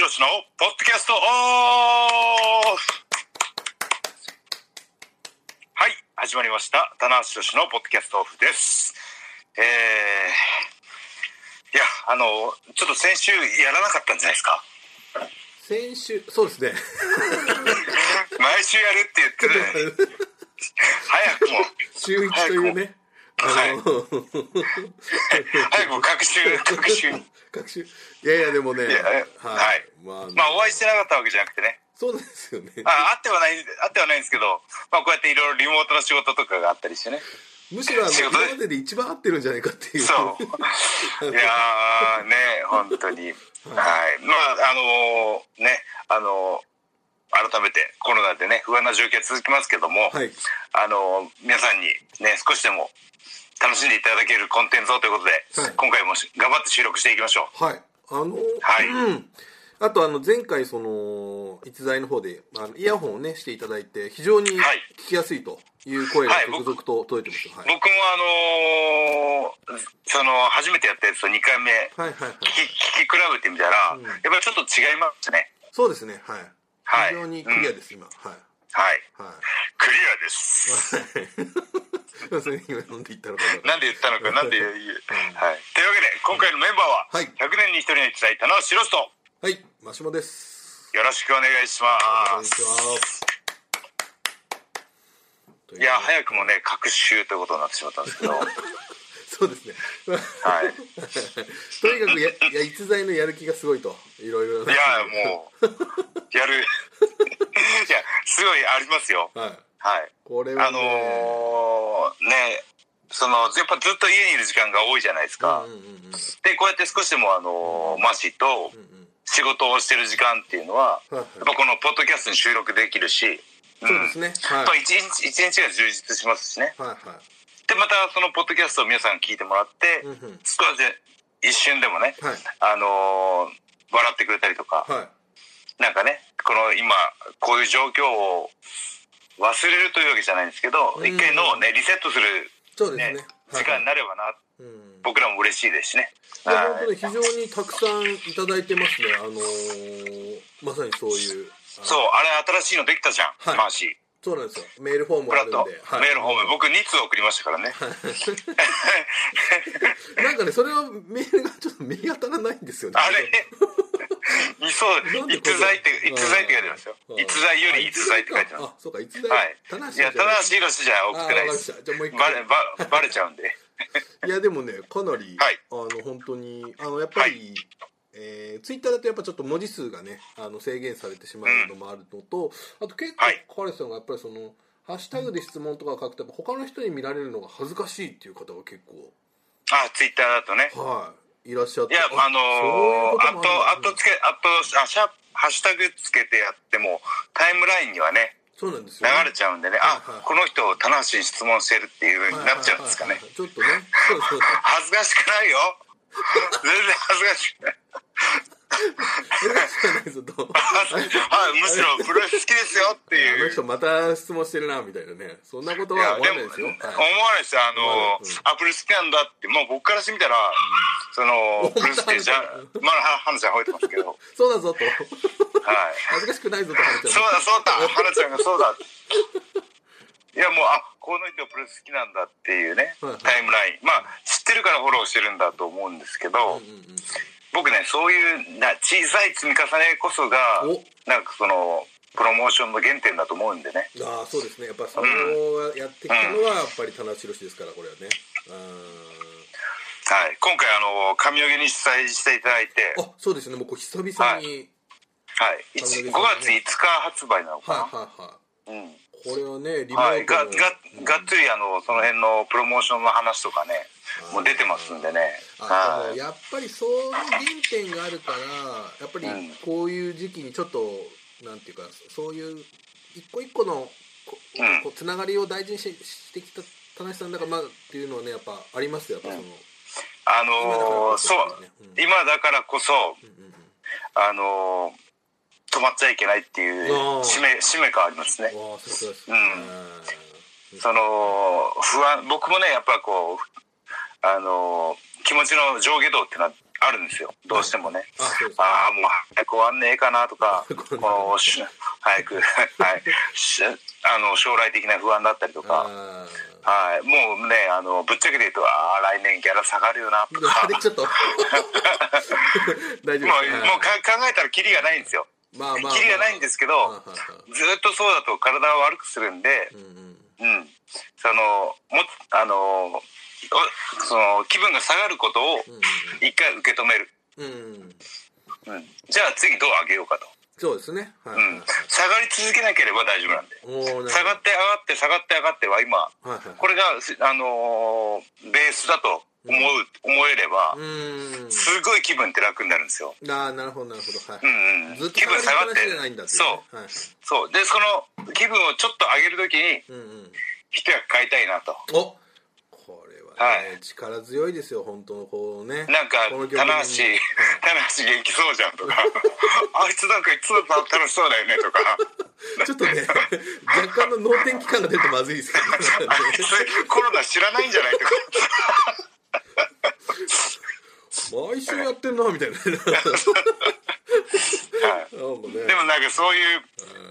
ろしのポッドキャストオフはい、始まりました。棚橋宏のポッドキャストオフです。えー、いや、あの、ちょっと先週やらなかったんじゃないですか。先週そうで すね毎週やるって言ってるのに、早くも、週一というねはいあの 早くも各週、各週に。各週いやいやでもねいやえはいまあ、まあ、お会いしてなかったわけじゃなくてね。そうなんですよねああってはない、あってはないんですけど、まあ、こうやっていろいろリモートの仕事とかがあったりしてね。むしろあの仕事で今までで一番合ってるんじゃないかっていうそう。いやーね、本当に。はい。まあ、あのーね、あのー改めてコロナでね、不安な状況は続きますけども、 はいあのー皆さんにね、少しでも楽しんでいただけるコンテンツをということで、はい今回もし頑張って収録していきましょはいあの、はいうんあとあの前回その逸材の方であのイヤホンをねしていただいて非常に聞はいきやすいという声がはい続々と届いてます、う。はい、僕もあのーその、初めてやったやつと2回目、はいはいはい聞き、聞き比べてみたら、んやっぱりちょっと違いますね。そうですねはい、はい非常にクリアです、今はいはい。はいクリア です。はい。それに今飲んでいったのかな。なんで言ったのか、なんで言う。はい。というわけで、今回のメンバーは、はい100年に一人の逸材、田中宏人。はい、マシモです。よろしくお願いしこんまにす。ちは。とういや、早くもね、隔週ということになってしまったん ですけど、はい。そうですね。い とにかくや、いや、逸材のやる気がすごいと、いろいろ。や、もう、やる。 いや、すごいありますよ。う。はい。はい。これは、ね。あのーね、その、やっぱずっと家にいる時間が多いじゃないですかうん。うんうんうんで、こうやって少しでも、あのーマシとうん仕事をしてる時間っていうのは、うん。はいやっはぱい。このポッドキャストに収録できるし、うんそうですね。やはっぱい。一日一日が充実しますしね。はいはで、またそのポッドキャストを皆さん聞いてもらってい。う、んうん。少しで一瞬でもね、はい。あのー笑ってくれたりとか、はなんかね、この今、こういう状況を忘れるというわけじゃないんですけど、うん一回のね、リセットする、い。そうですねね。時間にはい。なればな、うん。僕らも嬉しいですしね。いやは本当に非常にたくさんいただいてますね。あのーまさにそういう。あのそう、あれ新しいのできたじゃん、はいマーシー。そうなんですよ。メールフォームプがラあるッんトで。はいメールホーム、僕2通送りましたからね。なんかね、それはメールがちょっと見当たらないんですよね。あ れいそう、逸材って、逸材って書いてますよう。ん逸材より逸材って書いてます。あ、そうか、逸材。はい。棚橋いや、じゃ棚ない橋宏じゃあ送ってないです。わかりましたじゃあもう一バレ、回。ば、バレちゃうんで。いや、でもね、かなり、はいあの、本当に、あの、やっぱり、えツイッター Twitter だとやっぱちょっと文字数がねあの制限されてしまうのもあるのと、あと結構はいカレさんがやっぱりそのハッシュタグで質問とか書くとやっぱ他の人に見られるのが恥ずかしいっていう方が結構あ、ツイッターだとね。はいいらっしゃっいてや、あそういうのこー、あもるんだと、あとつけ、あと、あ、シャープハッシュタグつけてやっても、タイムラインにはね、そうなんです流よ、れちゃうんでね、はいはいあ、この人、棚橋に質問してるっていう風になっちゃうんですかはねいはいはいは。いちょっとねそうそう恥ずかしくないよ。 全然恥ずかしくない。そう そうとはい、むしろプロレス好きですよってあいのう。人また質問してるなみたいなねそんなこといやは思わないですよでもはい思わないですよあ思わの、ないうんアプリスキャンだってもう僕からしてみたら、そのプロスケじゃまだ花ちゃん吠えてますけ どそうだぞとはい恥ずかしくないぞと話しちそゃうだそうだ花ちゃんがそうだいやもうあこの人プロレス好きなんだっていうねはいはいタイムラインまあ知ってるからフォローしてるんだと思うんですけうど、うんうん僕ねそういうな小さい積み重ねこそがおなんかそのプロモーションの原点だと思うんでねああそうですねやっぱそれをやってきたのはやっぱり田中宏ですからこれはねうはい今回あの上荻に主催していただいてーんあそうですねもうこう久々にはい、いあつの5月5日発売なのはいかはいな、はうんいこれはねリモはーい、ががトがのっつりあのその辺のプロモーションの話とかねあーもう出てますんでねあはのいやっぱりそういう原点があるからやっぱりうんこういう時期にちょっとなんていうかそういう一個一個のこうんこうつながりを大事にししてきた田中さんだからまあっていうのはねやっぱありますよやっぱその、あ今だからのこーそうねうん今だからこそうんうんあのー止まっちゃいけないっていあーう使命使命感ありますねうんわあさすがですうんうんその不安僕もねやっぱこうあのー気持ちの上下動ってのはあるんですよどうしてもね、あそうですああもう早く終わんねえかなと かこのし早く はいしあの将来的な不安だったりとかあ はいもうねあのぶっちゃけて言うとああ来年ギャラ下がるよなとあかれちょっと大丈夫ですもうもうか考えたらキリがないんですよまあまあまあキリがないんですけど、はいはいはずっとそうだと体を悪くするんで、いうんうんうん、そのもあのおその気分が下がることを一回受け止める、うんううんん、じゃあ次どう上げようかと、そうですねはいうはいはいん、下がり続けなければ大丈夫なんでおーなるほど下がって上がって下がって上がっては今はいはいこれが、すあのーベースだと思う、思えればうーんすごい気分って楽になるんですよ、ああなるほどなるほどはうい、んうん、ずっと気分下がって下がりっぱなしじゃそないんだっていうね、はい、うそうでその気分をちょっと上げるときにうんうん一役買いたいなとおこれはね、は力強いですよ本当のこうねなんか棚橋この曲棚橋元気そうじゃんとか あいつなんかいつも楽しそうだよねとか ちょっとね若干の脳天気感が出るとまずいですけど、ねあ、いつコロナ知らないんじゃないとか毎週やってんなみたいななんかはいねでもなんかそういう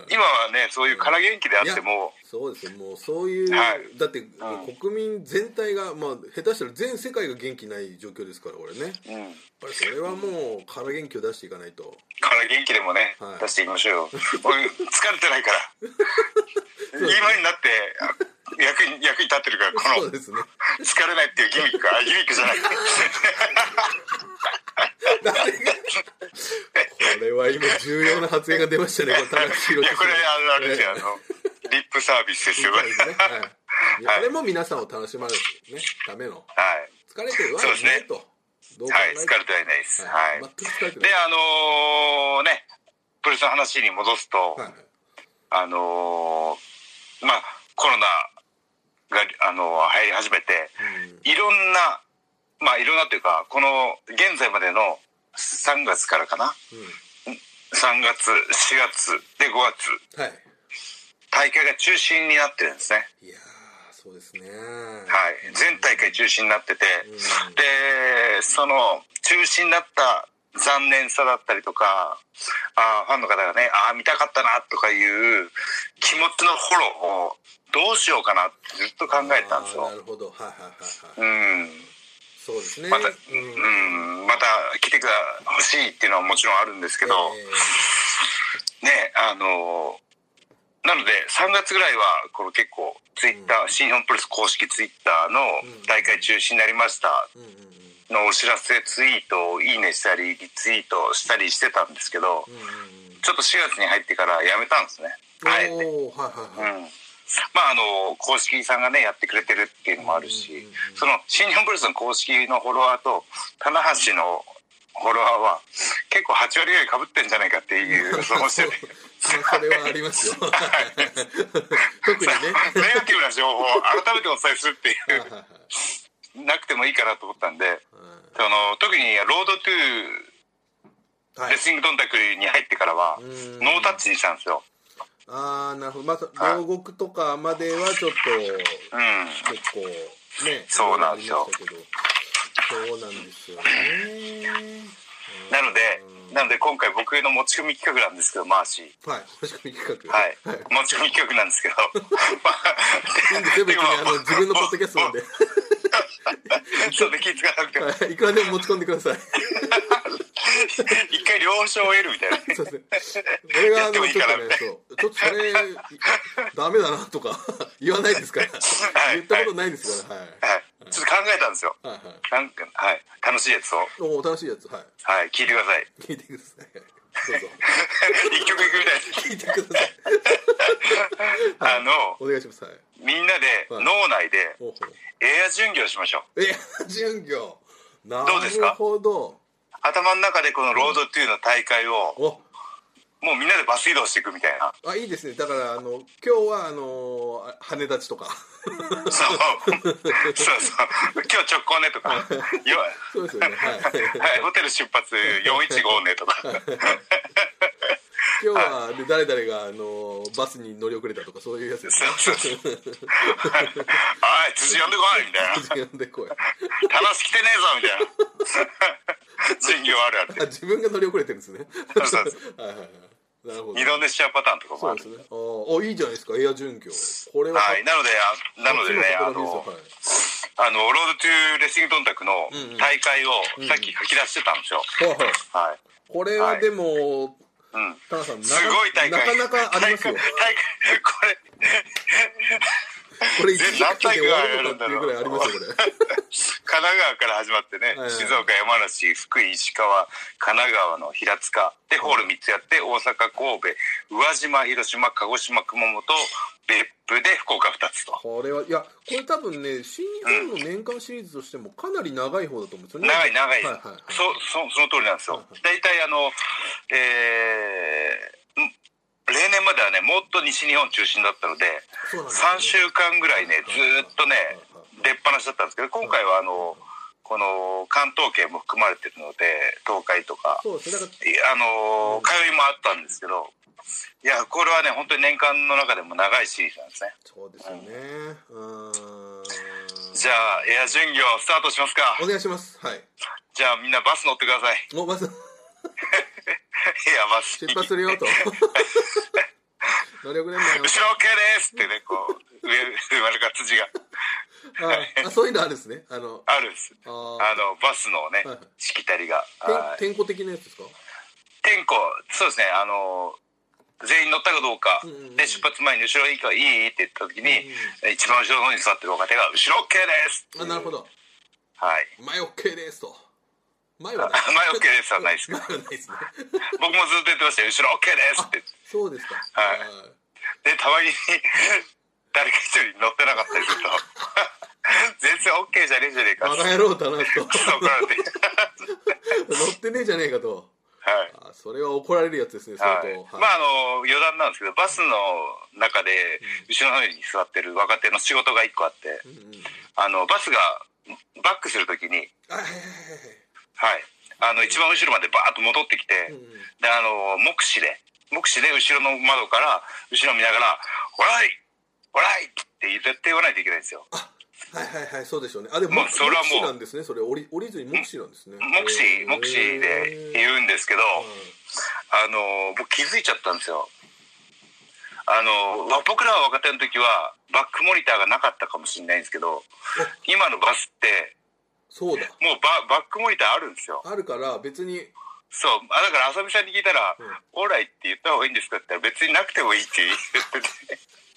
今はねそういう空元気であってもそうですよもうそういう、はいだって、国民全体が、まあ、下手したら全世界が元気ない状況ですからこれねやっうんぱりそれはもう空元気を出していかないと空元気でもね、はい出していきましょうよ俺疲れて ないから今になってあ役に役に立ってるからこそのうですね疲れないっていうギミックがあギミック じゃないこれは今重要な発言が出まし たねこれ田中い宏やこれあのあれですよあのリップサービスですよそうですね、ははい、あれも皆さんを楽しまる、ね、ためのい疲れてるわけじゃないとどう考はい、え疲てもれてはいないです。はい。全で、く疲れてないあのーね、プロレスの話に戻すと、はいはいあのーまあ、コロナが、あのー流行り始めて、いろんな、まあ、いろんなというか、この、現在までの3月からかな、うんうん3月、4月、で5月、はい大会が中止になってるんですね。いやーそうですねはい。全大会中止になってて、うんで、その、中止になった残念さだったりとか、あーファンの方がね、ああ、見たかったなとかいう気持ちのフォローをどうしようかなってずっと考えてたんですあーよな。るほどはいはいはいはいうん。そうですねまた、ううんん、また来てくだ欲しいっていうのはもちろんあるんですけど、えね、あのーなので3月ぐらいはこの結構ツイッター、新日本プロレス公式ツイッターの大会中止になりましたーうんうんうんのお知らせツイートをいいねしたりリツイートしたりしてたんですけどうんうんちょっと4月に入ってからやめたんですねあえて、うん、うんおーはいはいはいまああの公式さんがねやってくれてるっていうのもあるうんうしんうんその新日本プロレスの公式のフォロワーと棚橋のフォロワーは結構8割ぐらいかぶってんじゃないかっていう 予想をしててそそれはありますよ 特にね ネガティブな情報を改めてお伝えするってはいいはいはいうなくてもいいかなと思ったんでうんその特にロードトゥーはいレスリングドンタクに入ってからはうノんータッチにしたんですよ。ああなるほどまあ牢獄とかまではちょっうとん。結構ねそうなんですよありましたけどそうなんですよねなので、なので今回僕の持ち込み企画なんですけど、マーシー。はい持ち込み企画はい。持ち込み企画なんですけ ど。まあ全部全部別にあの自分のポッドキャス トなん。でもうそうで気づかなくても、はいいくらでも持ち込んでください一回了承を得るみた いな。そうですね俺があやのってもいちょっいとねかなみたいそうちょっとそれダメだなとか 言わないですからい言ったことないですからはいはい。ちょっと考えたんですよ。はいはいなんか、はい。楽しいやつを、おお楽しいやつはいはい、聞いてくだ さい。聞いてくださいどうぞ一曲いくみたいです。聞いてくださいあの、お願いしますはいみんなで、はい脳内で、ほうほうエア巡業しましょう。え巡業などうですかるほど頭の中でこのロードトゥーの大会を、おもうみんなでバス移動していくみたいな。あいいですねだからあの今日はあのあ羽立ちとか そう。そうそう。今日直行ねとか。よそうですよねはいはい、ホテル出発415ねとか。今日はで誰々があのバスに乗り遅れたとかそういうやつですそねうそうそう。おい、辻呼んでこいみたいな。呼んでこい話来てねえぞみたいな。巡業あるあるであ自分が乗り遅れてるんですねそうそうそはいはいはいなる ほどインドネシアパターンとかもそあうるですねあーあいいじゃないですかエア巡業これははい、なので、あなのでね、あこっちもの働きですよはい、あの、ロードトゥレスリングドンタクのうんうん大会をうんうんさっき書き出してたんですよ。はいはいはい。これはでも、うん。タナさんなかすごい大会。なかなかあります よ大会、これ一全時だけで終わるのかっていうぐらいありますよこれ大会これ、神奈川から始まってね、はいはい静岡、山梨、福井、石川、神奈川の平塚でホール3つやって、大阪、神戸、宇和島、広島、鹿児島、熊本、別府で福岡2つと。これはいやこれ多分ね新日本の年間シリーズとしてもかなり長い方だと思うんですよね長い長い、はいはいはいそそその通りなんですよはい大体あのえーん例年まではねもっと西日本中心だったのでそうなんですよ3週ね間ぐらいねずーっとね出っ放しだったんですけど今回はあのこの関東圏も含まれてるので東海とかそうですねだかいあのー通いもあったんですけどいやこれはね本当に年間の中でも長いシリーズなんですねらそうですよねうーんじゃあエア巡業スタートしますかお願いしますはいじゃあみんなバス乗ってください もうまずエアバス出発する よと乗り遅れんな後ろ OK よですってね、こう、上、上丸か辻がああそういうのあるんですねあのあるんです。 ああの、バスのねはいはい、しきたりが。ーはいてん天候的なやつですか天候、そうですね、あの、全員乗ったかどうかうんうんうん、で、出発前に後ろいいか、いいって言った時にうん、一番後ろの方に座ってる若手が、後ろ OK ですあなるほど。どはい。前 OK ですと前 前は OK ですはないですけ前どは、ないで すね僕もずっと言ってましたよ、後ろ OK ですって。そうですかはいあで、たまに誰か一人乗ってなかったりすると、全然 OK じゃねえじゃねえかーってバカ野郎だなと怒られて。乗ってねえじゃねえかとはい。あーそれは怒られるやつですね相は当い、はいまああの余談なんですけどバスの中で後ろの方に座ってる若手の仕事が一個あってうんうんあのバスがバックするときに、あはいはいはい、あの一番後ろまでバーッと戻ってきて、はいはいうんうんであの目視で目視で後ろの窓から後ろ見ながら「オライオライ!」って絶対言わないといけないんですよ。はいはいはいそうでしょうねあでもまあ目視それはもう目視なんですねそれ降り降りずに目視なんですね目視目視でう言うんですけど、あの僕気づいちゃったんですよあのわ僕らは若手の時はバックモニターがなかったかもしれないんですけ ど今のバスってそうだもうババックモニターあるんですよあるから別にそうあだから浅見さんに聞いたらうん「オーライ」って言った方がいいんですかって言ったら別になくてもいいって言ってて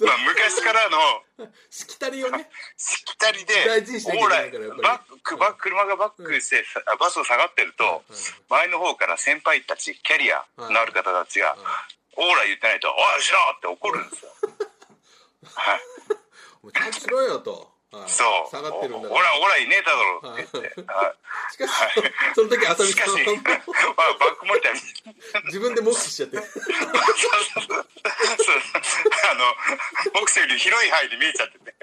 まあ昔からのしきたりをねしきたりで大事にしなきゃいオーけなラいイからやっぱりバックバック車がバックしてさバスを下がってるとうん前の方から先輩たちキャリアのある方たちが「オーライ」言ってないと「おい後ろ!」って怒るんですよ。はい、もうちゃんとしろよとはいそう「下オがってるんだーかラらイオーライねえだろ」って言って、はしかしその時浅い、見しさかんし、はま あ、バックモニターに自分で目視しちゃって そうそうそうあのボクシングより広い範囲で見えちゃってて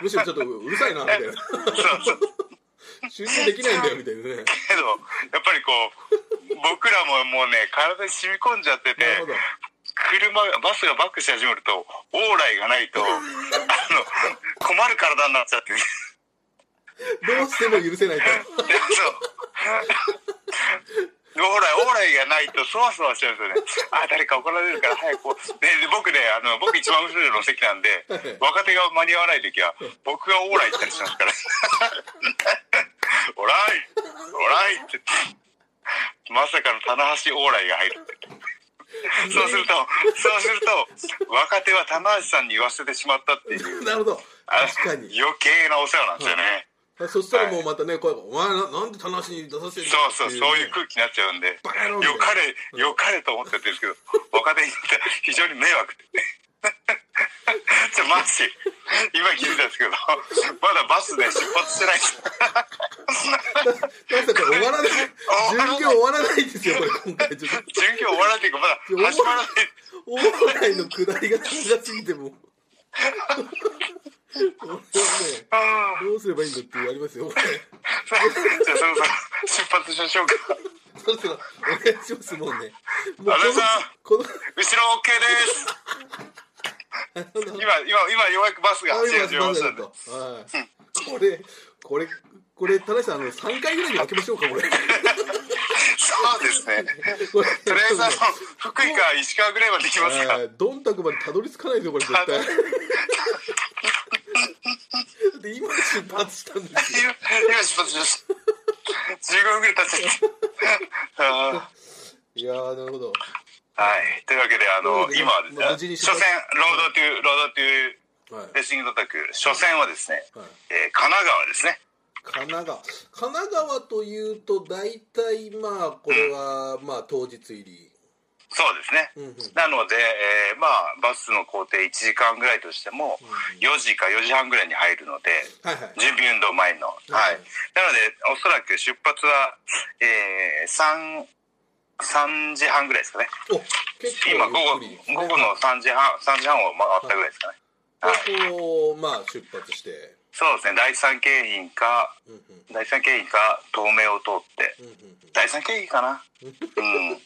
むしろちょっとうるさいなみたいなそうそう集中できないんだよみたいなねけどやっぱりこう僕らももうね体に染み込んじゃっててなるほど車がバスがバックし始めるとオーライがないとあの困る体になっちゃってどうしても許せないとそ うオーライオーライがないとそわそわしちゃうんですよねあ誰か怒られるから早くこうでで僕ねあの僕一番後ろの席なんで若手が間に合わない時は僕がオーライ言ったりしますから「オーライオーライ」ってまさかの棚橋オーライが入るってそうするとそうすると若手は棚橋さんに言わせてしまったっていうなるほどあ確かに余計なお世話なんですよね、そしたらもうまたね声が「お前ななんで楽しに出させるそうそう、そういう空気になっちゃうんで、バカ野郎みたいなよかれ、よかれと思ってやってるんですけど、若手にとっては非常に迷惑で。 ちょ、マジ、今聞いたんですけど、まだバスで出発してないです。なんかこれ終わ らない巡業終わらないんですよこれ今回ちょっ準備終わらないというか、まだ始まらない。とオーライの下りが長すぎ てもうこれはねあーどうすればいいんだっていうありますよこれじゃあ、そろそろ出発しましょうか。後ろそろそろお願いしますもうねもうこの足立さんこ OK のです。今、今、今、ようやくバスがあ走り今始めまバしズただんで。とはいこれこれこれ田中さんあの3回ぐらいに分けましょうかこれそうですね。これとりあえずあの福井から石川ぐらいまで行きますか。えーどんたくまでたどり着かないですよこれ絶対で今出発したん ですよ今今出発しました。15分ぐらい経っちゃった。あいやーなるほどーはい。というわけであの今はですねまあ無事に、初戦ロードトゥロードトゥはい、レスリングドタク初戦はですね、はい、えー神奈川ですね。神奈川神奈川というと大体まあこれはまあ当日入りそうですね。うんうんなので、えーまあバスの行程1時間ぐらいとしてもうん4時か4時半ぐらいに入るので。はいはい準備運動前の。はい。なので、おそらく出発は、えー、3、3時半ぐらいですかね。お結構今、午後、ゆっくり午後の3時半、3時半を回ったぐらいですかね。でこうまあ出発してそうですね、第三京浜か、うんうん第三京浜か、東名を通って、うんうんうん第三京浜かな。うん。 ね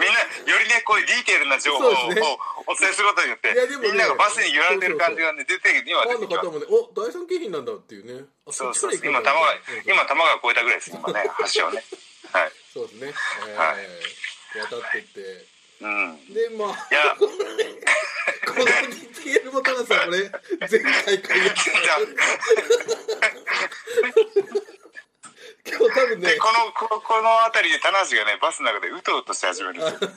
みんな、よりね、こういうディテールな情報をそうですねお伝えすることによって、いやでもねみんながバスに揺られてる感じがね、出てる、今フ出ァンてのきます方。もねお第三景品なんだっていうねあそうそこうっちそう今、玉から行くんだ川うん、今、玉川越えたぐらいです、今ね、橋をね。はい。そうですね、えーはい渡ってってうん。でまあいや、 このねこのディテールもたださんこれ前回からやった今日多分ねでこのここの辺りで棚橋がねバスの中でうとうとして始めるんですよ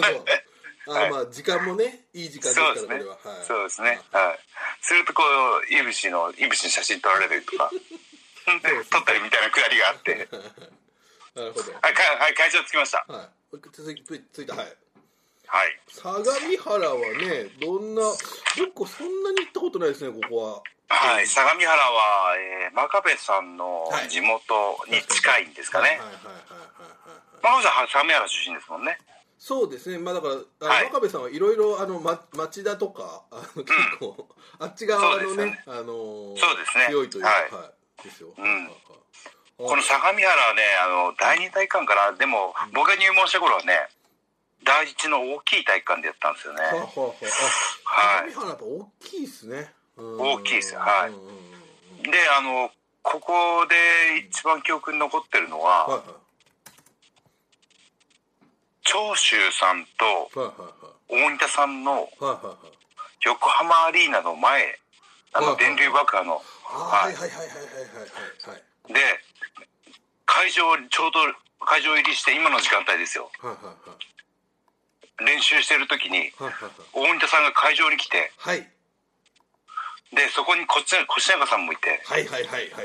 そうあ、まあ時間もねいい時間ですそうですからこねれは、はい、そうですねはいするとこういぶしのいぶしに写真撮られたりとか撮ったりみたいなくだりがあってなるほどはいかはい会場着きましたはい続いつついたはいはい相模原はねどんな僕そんなに行ったことないですねここははい、相模原は、えー、真壁さんのはい地元に近いんですかはいねはいはいはいは真壁いさんは相模原出身ですもんねそうですね、まあ、だから、あのはい真壁さんはいろいろあの、ま、町田とかあの結構、 あっち側のそうねですねあのーそうですね強いというか、ははいいですよ、んはいはいはいこの相模原はねあの第二体育館からでも僕が入門した頃はね第一の大きい体育館でやったんですよねはあはあはああはい相模原やっぱ大きいですねうん大きいですよはいうんうんうんうんであのここで一番記憶に残ってるのは、はいは長州さんといはいはい大仁田さんのはいはいはいはい横浜アリーナの前あはのいはいは電い流爆破の、あーははいいはいはいはいはいはいで会場ちょうど会場入りして今の時間帯ですよはいはい練習してる時にはいはいはい大仁田さんが会場に来てはいでそこにこっち越永さんもいてはいはいはいはいは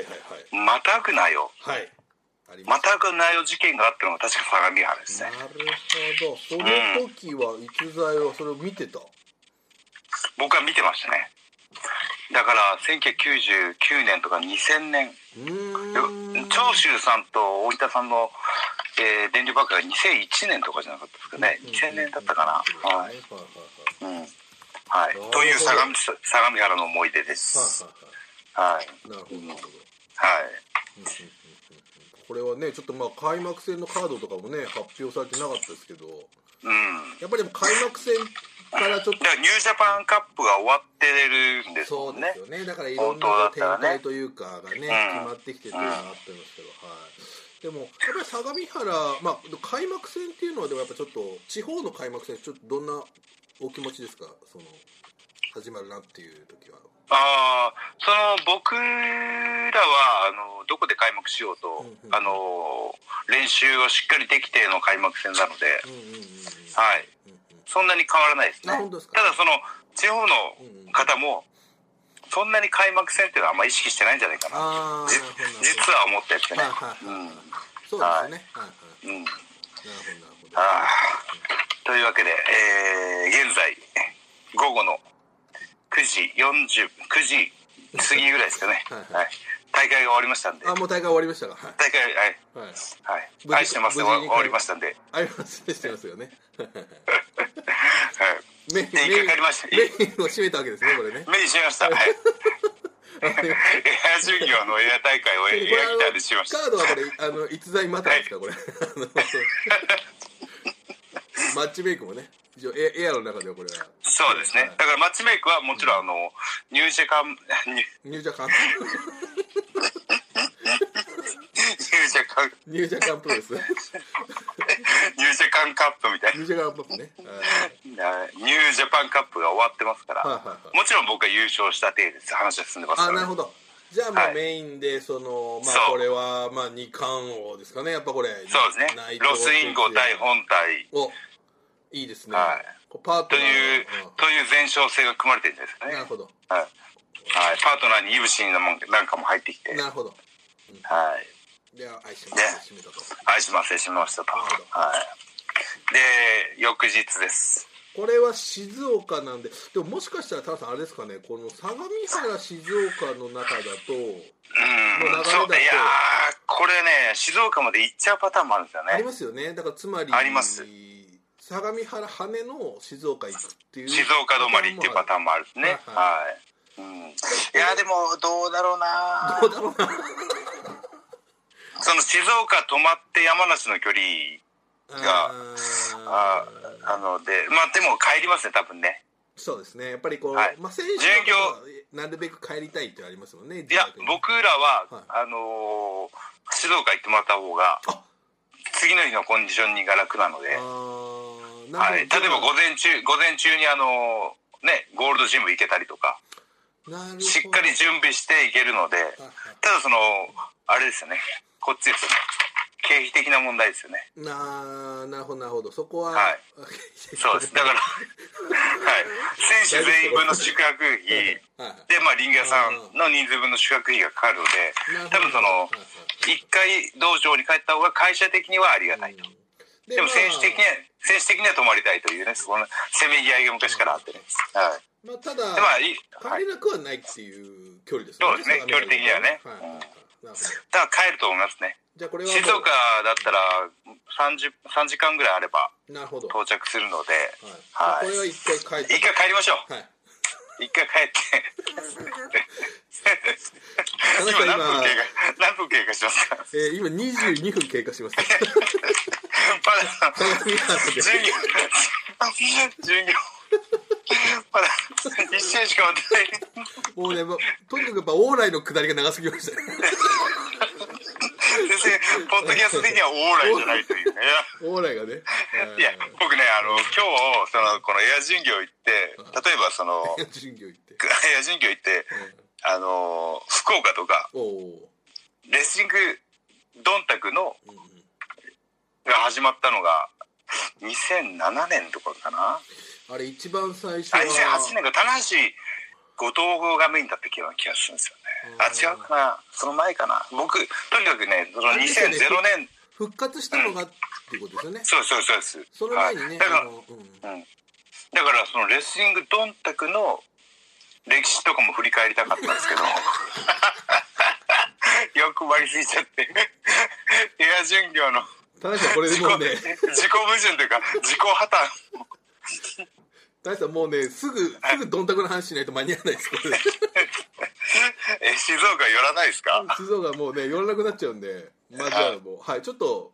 「いまたぐなよはいはいありますまたぐなよ」事件があったのが確か相模原ですなねるほどその時は逸材はそれを見てた、僕は見てましたねだから1999年とか2000年うーん長州さんと大分さんの、えー電流爆破が2001年とかじゃなかったですかね2000年だったかなはい、はいはいうんはいほど、という相模相模原の思い出ですははいいはいはいなるほどなるほどはいこれはねちょっとまあ開幕戦のカードとかもね発表されてなかったですけどうんやっぱりでも開幕戦からちょっとだからニュージャパンカップが終わってるんですそもうんでねすよねだからいろんな本当展だったら開ねというかがね決まってきてというのがあってますけど、はい、でもやっぱり相模原、まあ、開幕戦っていうのはでもやっぱちょっと地方の開幕戦ちょっとどんなお気持ちですかその始まるなっていう時は。ああその僕らはあのどこで開幕しようと、うんうんあの練習をしっかりできての開幕戦なので、うんうんうんうんはいうんうんそんなに変わらないですね。あ本当ですかただその地方の方もそんなに開幕戦っていうのはあんま意識してないんじゃないかな。ああ、じ実は思ったやつねなる。ほどなるほどはいはいはいはい。そうですね。はいはうん。い。うん。なるほどなるあーというわけで、えー現在午後の9時40 9時過ぎぐらいですかね。はいはい。大会が終わりましたんで。ほど。あもう大会終わりましたか。は大会はいいはい。はい無事愛してます無終事にわ終わりましたんで。ありますねしてますよね。はい。メイン一回帰りましたメインを締めたわけですねこれね。目にしました。はい。エア授業のエア大会をエこれアギターでしました。あのカードはこれあの逸材またですかこれ。あのマッチメイクもね。一応エエアの中ではこれは。そうですね、はいだからマッチメイクはもちろんあの、ニュージャカン ニュニュージャカンニュージャカンニュージャカンプロレスニュニュージャカンカップみたいなージャカンプロレスねはいニュージャパンカップが終わってますから、はいはいはいもちろん僕が優勝した体です話は進んでますかあら、なるほどじゃあまあはいメインでそのまそあうこれはまあ二冠王ですかねやっぱこれそうですねロスインゴ対本体おいいですねはいこうパーとトナいう、ーという前哨戦が組まれてるんじゃうんないなでするかねほどはい、はい、パートナーにイブシンのもんなんかも入ってきてなるほどはいでは愛します締めたと愛します愛しましたと、なるほどはい、で翌日ですこれは静岡なんででももしかしたらタラさんあれですかねこの相模原静岡の中だとうんもう流れだとそういやーこれね静岡まで行っちゃうパターンもあるんですよありねますよねだからつまりあります相模原羽根の静岡行くっていう静岡止まりっていうパターンもあるんですねははい、うん、いやーでもどうだろうなどうだろうなその静岡止まって山梨の距離がああーあのでまあでも帰りますね多分ねそうですねやっぱりこう、はいまあ、選手の巡業方はなるべく帰りたいってありますもんねいや自宅に僕らは、はいあのー静岡行ってもらった方があ次の日のコンディショニングが楽なので、あーなはい、例るえほばど午前中午前中にあのーねゴールドジム行けたりとかなるほどしっかり準備していけるのではいはいただそのあれですよねこっちですよね経費的な問題ですよねなーなるほどなるほどそこは、 はいそうですだからはい選手全員分の宿泊費はいはいで、まあ、リング屋さんの人数分の宿泊費がかかるのでなるほど多分そはのいはい一回道場に帰った方が会社的にはありがたいと、うんでも選手的には選手的には泊まりたいというねそこのせめぎ合いが昔からあってね、はい、まあ、まあ、ただ、でまあいい帰れなくはないっていう距離ですよそうですね相模距原離的にはねはいはいはいなるほどだから帰ると思いますねじゃあこれはも静う岡だったら30 3時間ぐらいあればなるほど、はい到着するのでまあはいこれは一回帰一って回帰りましょうはい一回帰って 田中今今何分経過何分経過しますかえー、今22分経過しましたまだ相模原で授業授業まだ一瞬しか待ってない もうね、まあとにかくやっぱ往来の下りが長すぎましたね。全然ポッドキャスト的にはオーライじゃないというね往来がね。いや僕ねあの今日そのこのエア巡業行って例えばそのえー巡業行って。エア巡業行ってあの福岡とかおおレスリングドンタクのー、うんうんが始まったのが2007年とかかなあれ一番最初あは。 2008年か棚橋後藤がメインだった気が気がするんですよねあ違うかなその前かな僕とにかくねそのあれですよね2004年復活したのがっていうことですよね。そうそうそうですその前にはいね、だからあの、うん、だからそのレスリングドンタクの歴史とかも振り返りたかったんですけど 欲張りすぎちゃってエア巡業の田中さんこれで自己もうね、自己矛盾というか自己破綻田中さんもうね、すぐ、すぐどんたくの話しないと間に合わないです、これ で。え静岡寄らないですか静岡もうね、寄らなくなっちゃうんで、まあじゃあもう、はい、ちょっと、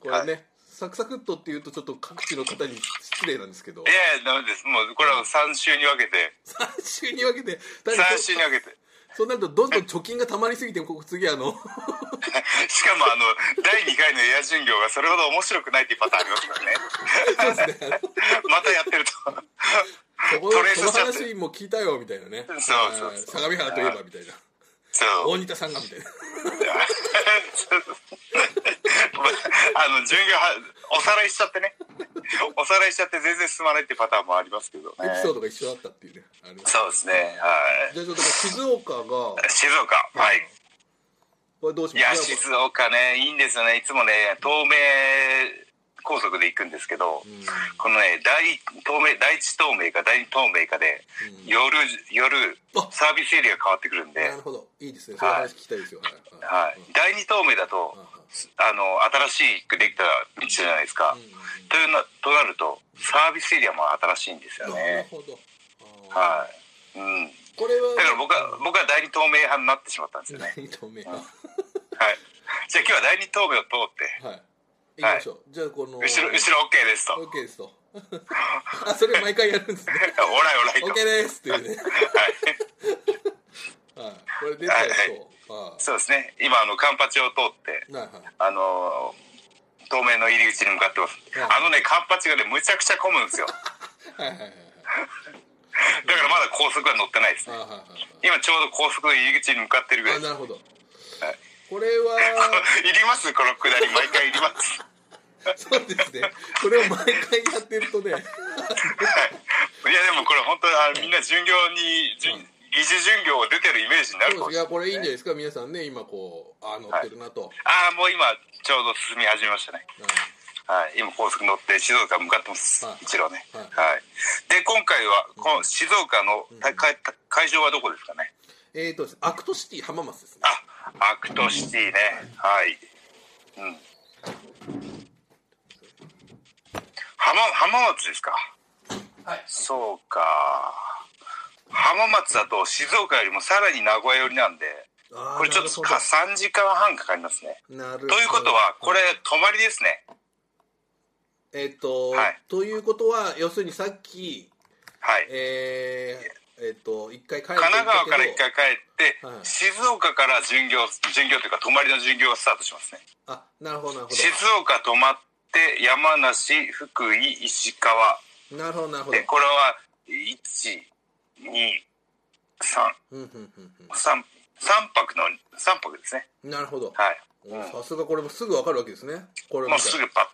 これね、サクサクっとっていうとちょっと各地の方に失礼なんですけど い、やいやダメですもうこれは3週に分けて3週に分けて、田中さん3週に分けてそうなるとどんどん貯金がたまりすぎてここ次あのしかもあの第2回のエア巡業がそれほど面白くないっていうパターンありますからね またやってるとそこトレースそのしちゃって話も聞いたよみたいなねそうそうそうはい相模原といえばみたいなそう大仁田さんがみたいな あの巡業はおさらいしちゃってねおさらいしちゃって全然進まないっていうパターンもありますけどねエピソードが一緒だったっていうねあれそうですねはじゃあちょっと静岡がい静岡はいこれどうしいまやす静岡ねいいんですよねいつもね東名高速で行くんですけど、このね第一東名第一東名か第二東名かで、夜夜あサービスエリア変わってくるんで、なるほどいいですねそういう話聞きたいですよはいはい、第二東名だと、あの新しくできた道じゃないですか、うんうんというなとなるとサービスエリアも新しいんですよなるね、ほどあはーい、うん、これはだから僕は僕は第二東名派になってしまったんですよね、何とめははい、じゃあ今日は第二東名を通ってい行きましょうじゃあこの後ろ後ろ OK ですとオッケーですと あそれ毎回やるんですねオライオライと。 OK ですっていうねはい はいこれ出ちゃいそうはそうですね。今、あの、カンパチを通って、いはいはいあのー、透明の入り口に向かってます。はいあのね、カンパチがね、むちゃくちゃ混むんですよ。はいはいはいはいだからまだ高速は乗ってないですあね。はいはいはい今ちょうど高速の入り口に向かってるぐらあいです。なるほど、これは いりますこのくだり、毎回いります。そうですねこれを毎回やってるとねいや、でもこれ本当あみんな巡業に、じゅうん疑似巡業を出てるイメージになるそうかもでしれすいない。やこれいいんじゃないですか皆さんね今こうあ乗ってるなと、ああ、もう今、ちょうど進み始めましたね。うはい、今高速乗って静岡向かってますはい。一郎ね。はいはい。で、今回は、この静岡のた会会場はどこですかね。んえー、とですねアクトシティ浜松ですねあ、アクトシティね。はい。うん。浜、浜松ですか。はいそうか。浜松だと静岡よりもさらに名古屋寄りなんで、あーこれちょっとか3時間半かかりますね。なるほどということは、これはい泊まりですね。えっ、と、はいということは要するにさっきはい。えー、えっ、と一回帰って神奈川から一行ったけど回帰って、はい静岡から巡業巡業というか泊まりの巡業がスタートしますねあなるほどなるほ静岡泊まって山梨福井石川どなるほどなるほどでこれは1233うんうんうん三三泊の三泊ですねうんなるほどはい、うんさすがこれもすぐわかるわけですねこれをもう見たすらぐパッあ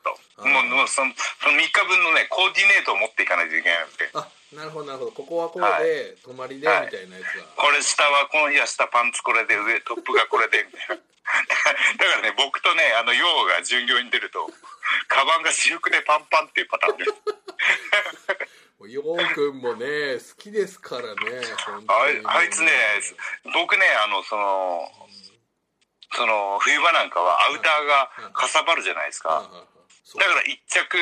とーもうもうそのその3日分のねコーディネートを持っていかないといけないのであなるほどなるほどここはこうはで泊まりでみはいたいなやこれ下はこの日は下パンツこれで上トップがこれでみたいな だからね僕とねあの陽が巡業に出るとカバンが私服でパンパンっていうパターンでつはようくんもね好きですからね本あい当にあいつね僕ねあのそのその冬場なんかはアウターがかさばるじゃないですはいはかいはいそうだから一着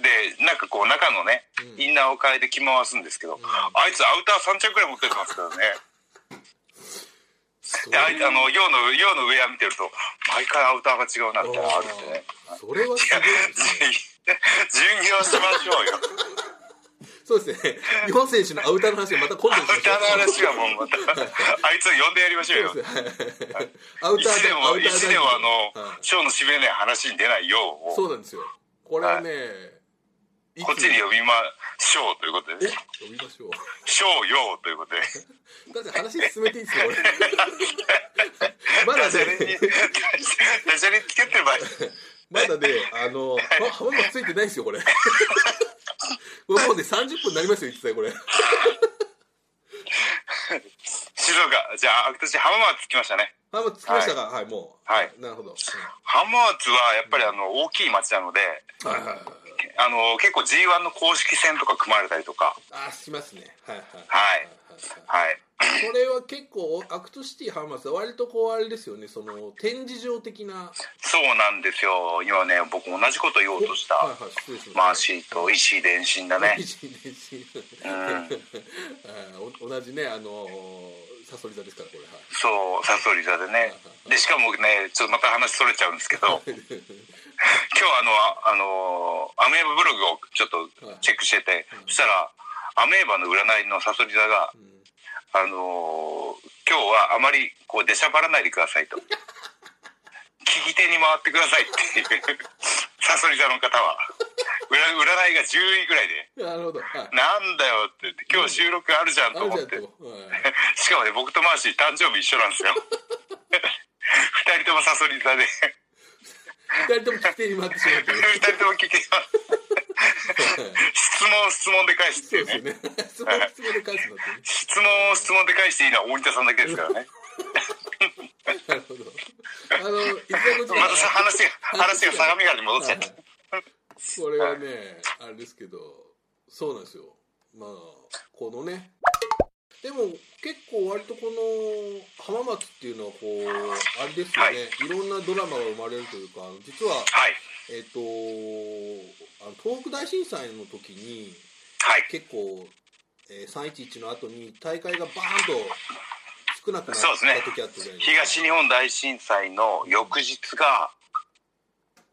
でなんかこう中のねうんインナーを変えて着回すんですけど、あいつアウター3着ぐらい持ってきますからねそでれあいあの用の用のウェア見てると毎回アウターが違うなみたいなのあるんでねあーそれはすごいですね 巡業しましょうよそうですね日本選手のアウターの話はまた今度アにしましょうウターの話はもうまたあいつを呼んでやりましょうよそうですねはいアウタ一ー年でアもウター一年はあのはいショーの締めない話に出ないようそうなんですよこれねいつこっちに呼びましょうということでえね呼びましょうショーようということでだって話進めていいです よこれまだダジャねレに ダジャレつけてる場合まだね、あの、は浜松ついてないですよ、これ。こ れもうね、30分になりますよ、言ってたよ、これ。静岡じゃあ私浜松来ましたね浜松着きましたか、はい、もう。はい。なるほど。浜松はやっぱりあの大きい町なのではいはいはい。あの結構 G1 の公式戦とか組まれたりとかあ、しますね。はいはい。はいはいはい。これは結構、アクトシティ浜松は割とこう、あれですよね、その、展示場的な。そうなんですよ今ね僕同じこと言おうとしたはいはい、失礼しました。マーシーと石井伝心 だねいじいじうんあお同じね、あのー、サソリ座ですから、これ。はい。そうサソリ座で ねでしかもねちょっとまた話それちゃうんですけど 今日あのああのアメーバブログをちょっとチェックしててそしたらアメーバの占いのサソリ座がうん「あの今日はあまりこう出しゃばらないでくださ い」と「聞き手に回ってください」って いうサソリ座の方は占占いが10位ぐらいでなるほど。はい「なんだよ」って言って「今日収録あるじゃん」とある思じゃっんてと。はい しかもね、僕とマーシー誕生日一緒なんですよ。 二人ともサソリ座で、二人とも聞き手に回ってしまうという。二人とも聞きます。質問を質問で返すってそういでうすよね。ね。 質問質問で返すのってね。質問を質問で返していいのは大仁田さんだけですから ね。なるほど。あの、いつだこまたさ話が、話が相模原に戻っちゃった。これはね、あれですけど、そうなんですよ。まあ、このね。でも、結構割とこの、浜松っていうのはこう、あれですよね。いろんなドラマが生まれるというか、実は、はい。えっ、と、あの東北大震災の時に、はい。結構、えー、311の後に大会がバーンと少なくなったそうですね時あったじゃないですか東日本大震災の翌日が、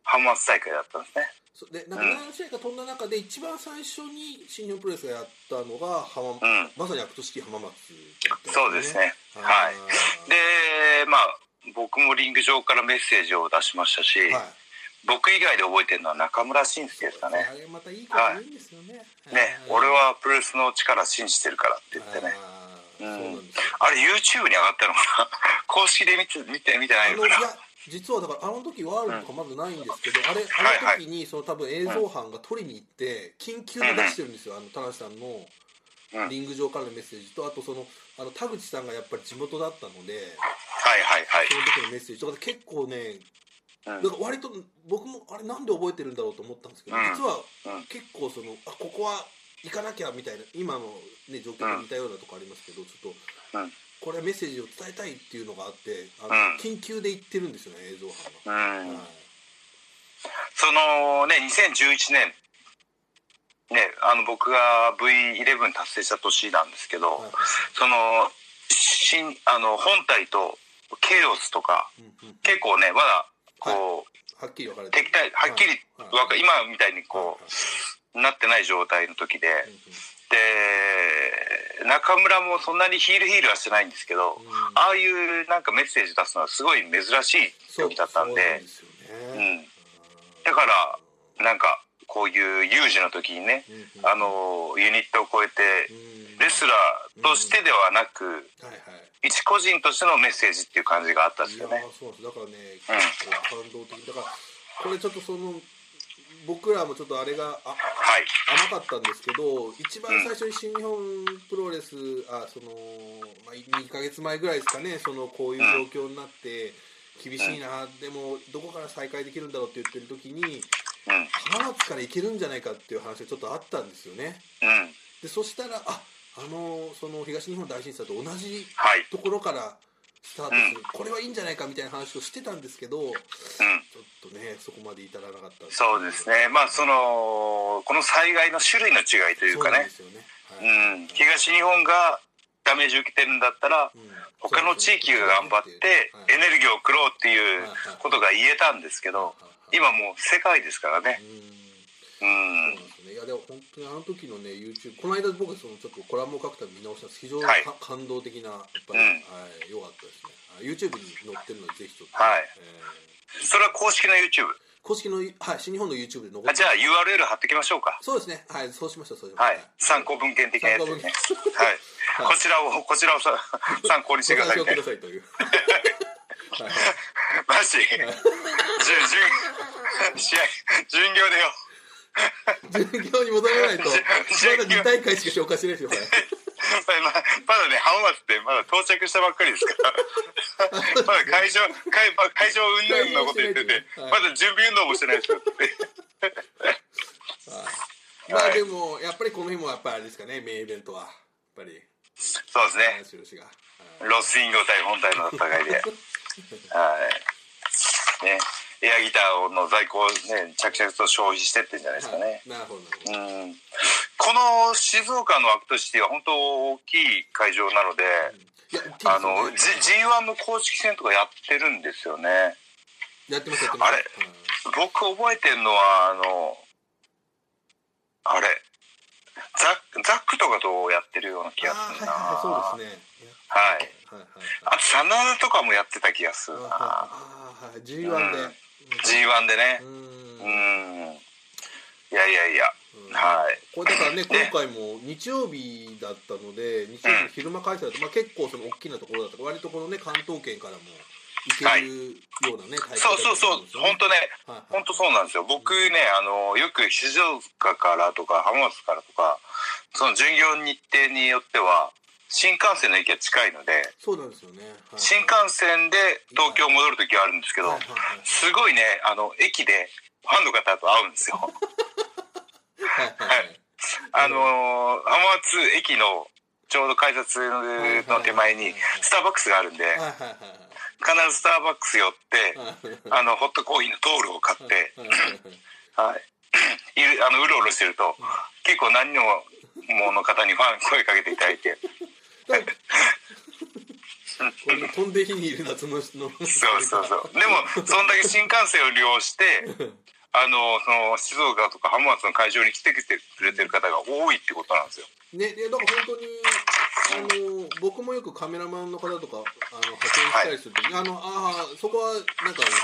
浜松大会だったんですね。そでなんか何試合か飛んだ中で一番最初に新日本プロレスがやったのが浜、んまさにアクト式浜松、そうですねはいいでまあ僕もリング上からメッセージを出しましたし、はい僕以外で覚えてるのは中村慎介ですかねあれまたいいこと言うんですよね、ねあー俺はプロレスの力信じてるからって言ってねあーうんそうなんですよあれ YouTube に上がったのかな 公式で見て見て見てないのあかのいなや実はだからあの時ワールドとかまだないんですけど、あれはいあの時にその多分映像班が取りに行って緊急に出してるんですよ、あの田中さんのうんリング上からのメッセージとあとそのあの田口さんがやっぱり地元だったのではいはいはいその時のメッセージとかで結構ねうんなんか割と僕もあれなんで覚えてるんだろうと思ったんですけど、うん実はうん結構そのあここは行かなきゃみたいな今の、ね、状況と似たようなとこありますけど、ちょっと、うんこれはメッセージを伝えたいっていうのがあってあの、うん緊急で行ってるんですよね映像班が。うんはいそのね2011年ねあの僕が V11 達成した年なんですけど、はいその新あの本体とケイオスとかうんうん結構ねまだこう、はっきり分かれてる敵対はっきりはいわか、今みたいにこはうなってない状態の時でいはいで中村もそんなにヒールヒールはしてないんですけどうんああいうなんかメッセージ出すのはすごい珍しいそう時だったんでそうなんですようんねだからなんかこういう有事の時にねうんうんあのユニットを超えてうんレスラーとしてではなくはいはい一個人としてのメッセージっていう感じがあったんですいやよーね。そうなんですだからね結構感動的だからこれちょっとその僕らもちょっとあれがはあい甘かったんですけど一番最初に新日本プロレスあその、まあ、2ヶ月前ぐらいですかねそのこういう状況になって厳しいなでもどこから再開できるんだろうって言ってる時にうん浜松から行けるんじゃないかっていう話がちょっとあったんですよねうんでそしたらああのその東日本大震災と同じはいところからスタートする、これはいいんじゃないかみたいな話をしてたんですけどちょうんっとねそこまで至らなかったそうですねまあそのこの災害の種類の違いというかねそうなんうんですよねはい東日本がダメージ受けてるんだったらうん他の地域が頑張ってエネルギーを食ろうっていうことが言えたんですけど今もう世界ですからねうんうそうんなんですよねいやでも本当にあの時のね YouTube この間僕そのちょっとコラムを書くために見直したんです非常にか、はい感動的なやっぱり、うんはい、良かったですねあ YouTube に載ってるのでぜひちょっと、はいえそれは公式の YouTube ー公式の、はい、新日本の YouTube で残あってじゃあ URL 貼ってきましょうかそうですねはいそうしましたそうしました、はい参考文献的なやつでねはいこちらをこちらをさ参考にしてくださいご参ね照くださいという はいはいマジじゅじゅ 試合巡業でよ巡業に戻 らないとまだ2大会しか消化してないですよこれまだまだね浜松ってまだ到着したばっかりですからまだ会 場会まあ会場運動のこと言っててはいまだ準備運動もしてないですよってまあでもやっぱりこの日もやっぱりあれですかねメインイベントはやっぱりそうですね林宏がはいロスインゴ対本体の戦いではいねエアギターの在庫をね着々と消費してってんじゃないですかね、はいなるほどなるほどうんこの静岡のアクトシティは本当大きい会場なので、いや大きいですよねあの G- G1 の公式戦とかやってるんですよねやってますやってますあれ僕覚えてるのはあのあれザッザックとかとやってるような気あがあすーるなはいはいそうですねはいはいはいあと真田とかもやってた気がするはいなあーはい G1 で G1 でねうんうんうんいやいやいやうんはいこれだからねね今回も日曜日だったので日曜日の昼間開催だと、まあ、結構その大きなところだったから割とこのね関東圏からも行けるようなね、大会そうそうそう本当ね当はいは本い当そうなんですよ僕ねあのよく静岡からとか浜松からとかその巡業日程によっては新幹線の駅が近いのでそうなんですよね、はいはい、新幹線で東京戻る時はあるんですけどはいはいはいすごいねあの駅でファンの方と会うんですよはいはいはいあの浜松駅のちょうど改札の手前にスターバックスがあるんではいはい必ずスターバックス寄ってあのホットコーヒーのトールを買ってはいははいはいはいい、 いるあのうろうろしてると結構何人もの方にファン声かけていただいてだからこれ飛んで火にいる夏ののそうそうそうでもそんだけ新幹線を利用してあのその静岡とか浜松の会場に来てきてくれてる方が多いってことなんですよ。ね、でだから本当にあの僕もよくカメラマンの方とかあの派遣したりするとき、あのあーそこはなんか要するに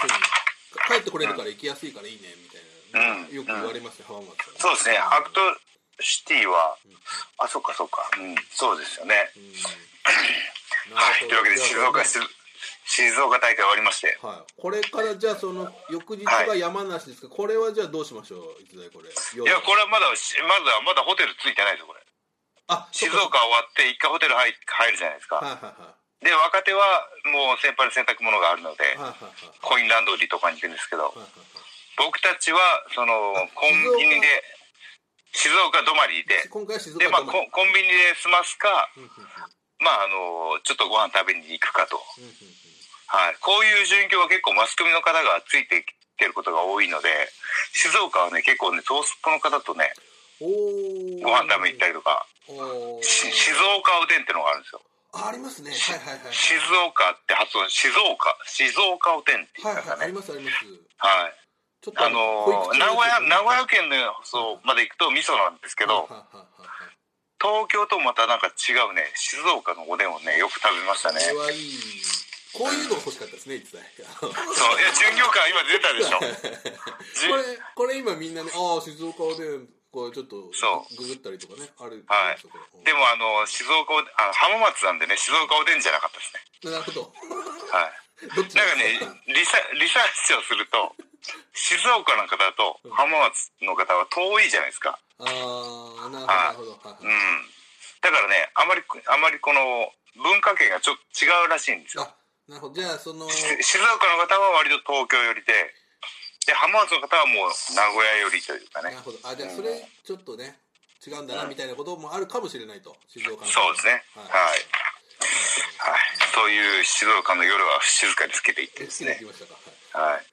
帰ってこれるから行きやすいからいいねみたいな、うんよく言われますよ、浜松そうですね。アクトシティはうん、あ、そっかそっか。うん、そうですよね。うんはい。というわけで静岡し静岡大会終わりまして。はい、これからじゃあその翌日が山梨ですか、これはじゃあどうしましょう逸材これいや、これはまだしまだまだホテルついてないですよこれ。あ静そっ岡終わって一回ホテル入入るじゃないですかはか。いはいはで若手はもう先輩の洗濯物があるのでい。はいはいはいコインランドリーとかに行くんですけどはいはい僕たちはそのあコンビニで静岡止まりではい今回は静岡で、まあ、泊コまりンコンビニで済ますか、うんうんうんまあ、あのちょっとご飯食べに行くかと、うんうんうんはい、こういう順況は結構マスコミの方がついてきてることが多いので静岡はね結構ねトースポの方とねおーご飯食べに行ったりとかおーし静岡おでんってのがあるんですよあありますねはいはいはい静岡って発音静岡静岡おでんって言はうんいいですかはいあねりますありますはいちょっあの濃い口名古屋ですね名古屋県のそうまで行くと味噌なんですけどはいはいはいはい東京とまたなんか違うね静岡のおでんをねよく食べましたねこれはいいこういうのが欲しかったですね逸材そういや巡業感今出たでしょじ これこれ今みんなねああ静岡おでんこれちょっとそググったりとかねあるはいでもあの静岡おでんあ浜松なんでね静岡おでんじゃなかったですねもなるほ どはいどっちなんかねリサリサーチをすると静岡の方と浜松の方は遠いじゃないですかああなるほどなるほどはういんはいだからねあまりあまりこの文化圏がちょっと違うらしいんですよあなるほどじゃあそ のし静岡の方は割と東京寄りでで浜松の方はもう名古屋寄りというかなねるほどあじゃあそれちょっとね違うんだなみたいなこともあるかもしれないと静岡のそうですねはいはいはい、そういう静岡の夜は静かにつけていってえです失礼ねし、ましたか、はいはい、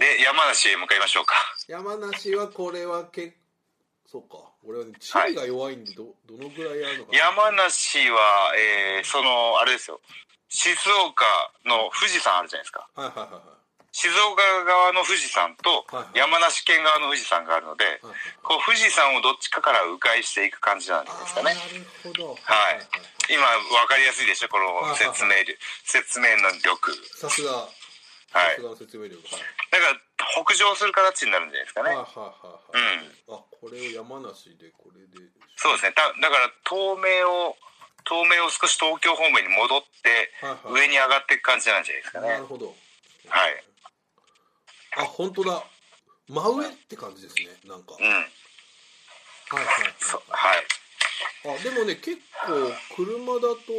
で山梨へ向かいましょうか山梨はこれはけそうか俺はね地位が弱いんでど,、どのぐらいあるのかな山梨は、えーそのあれですよ静岡の富士山あるじゃないですかはいはいはいは静岡側の富士山とはいはい山梨県側の富士山があるのでいはいこう富士山をどっちかから迂回していく感じなんじゃないですあかーなねるほどはい今分かりやすいでしょこの説明力説明の力さすがはいさすがの説明力はいだから北上する形になるんじゃないですかねはいはいはいはい、あこれを山梨でこれでそうですねだだから東名を東名を少し東京方面に戻ってはいはい上に上がっていく感じなんじゃないですかねなるほどはいあ本当だ真上って感じですねなんか、うんはいはいそうはいはいあでもね結構車だと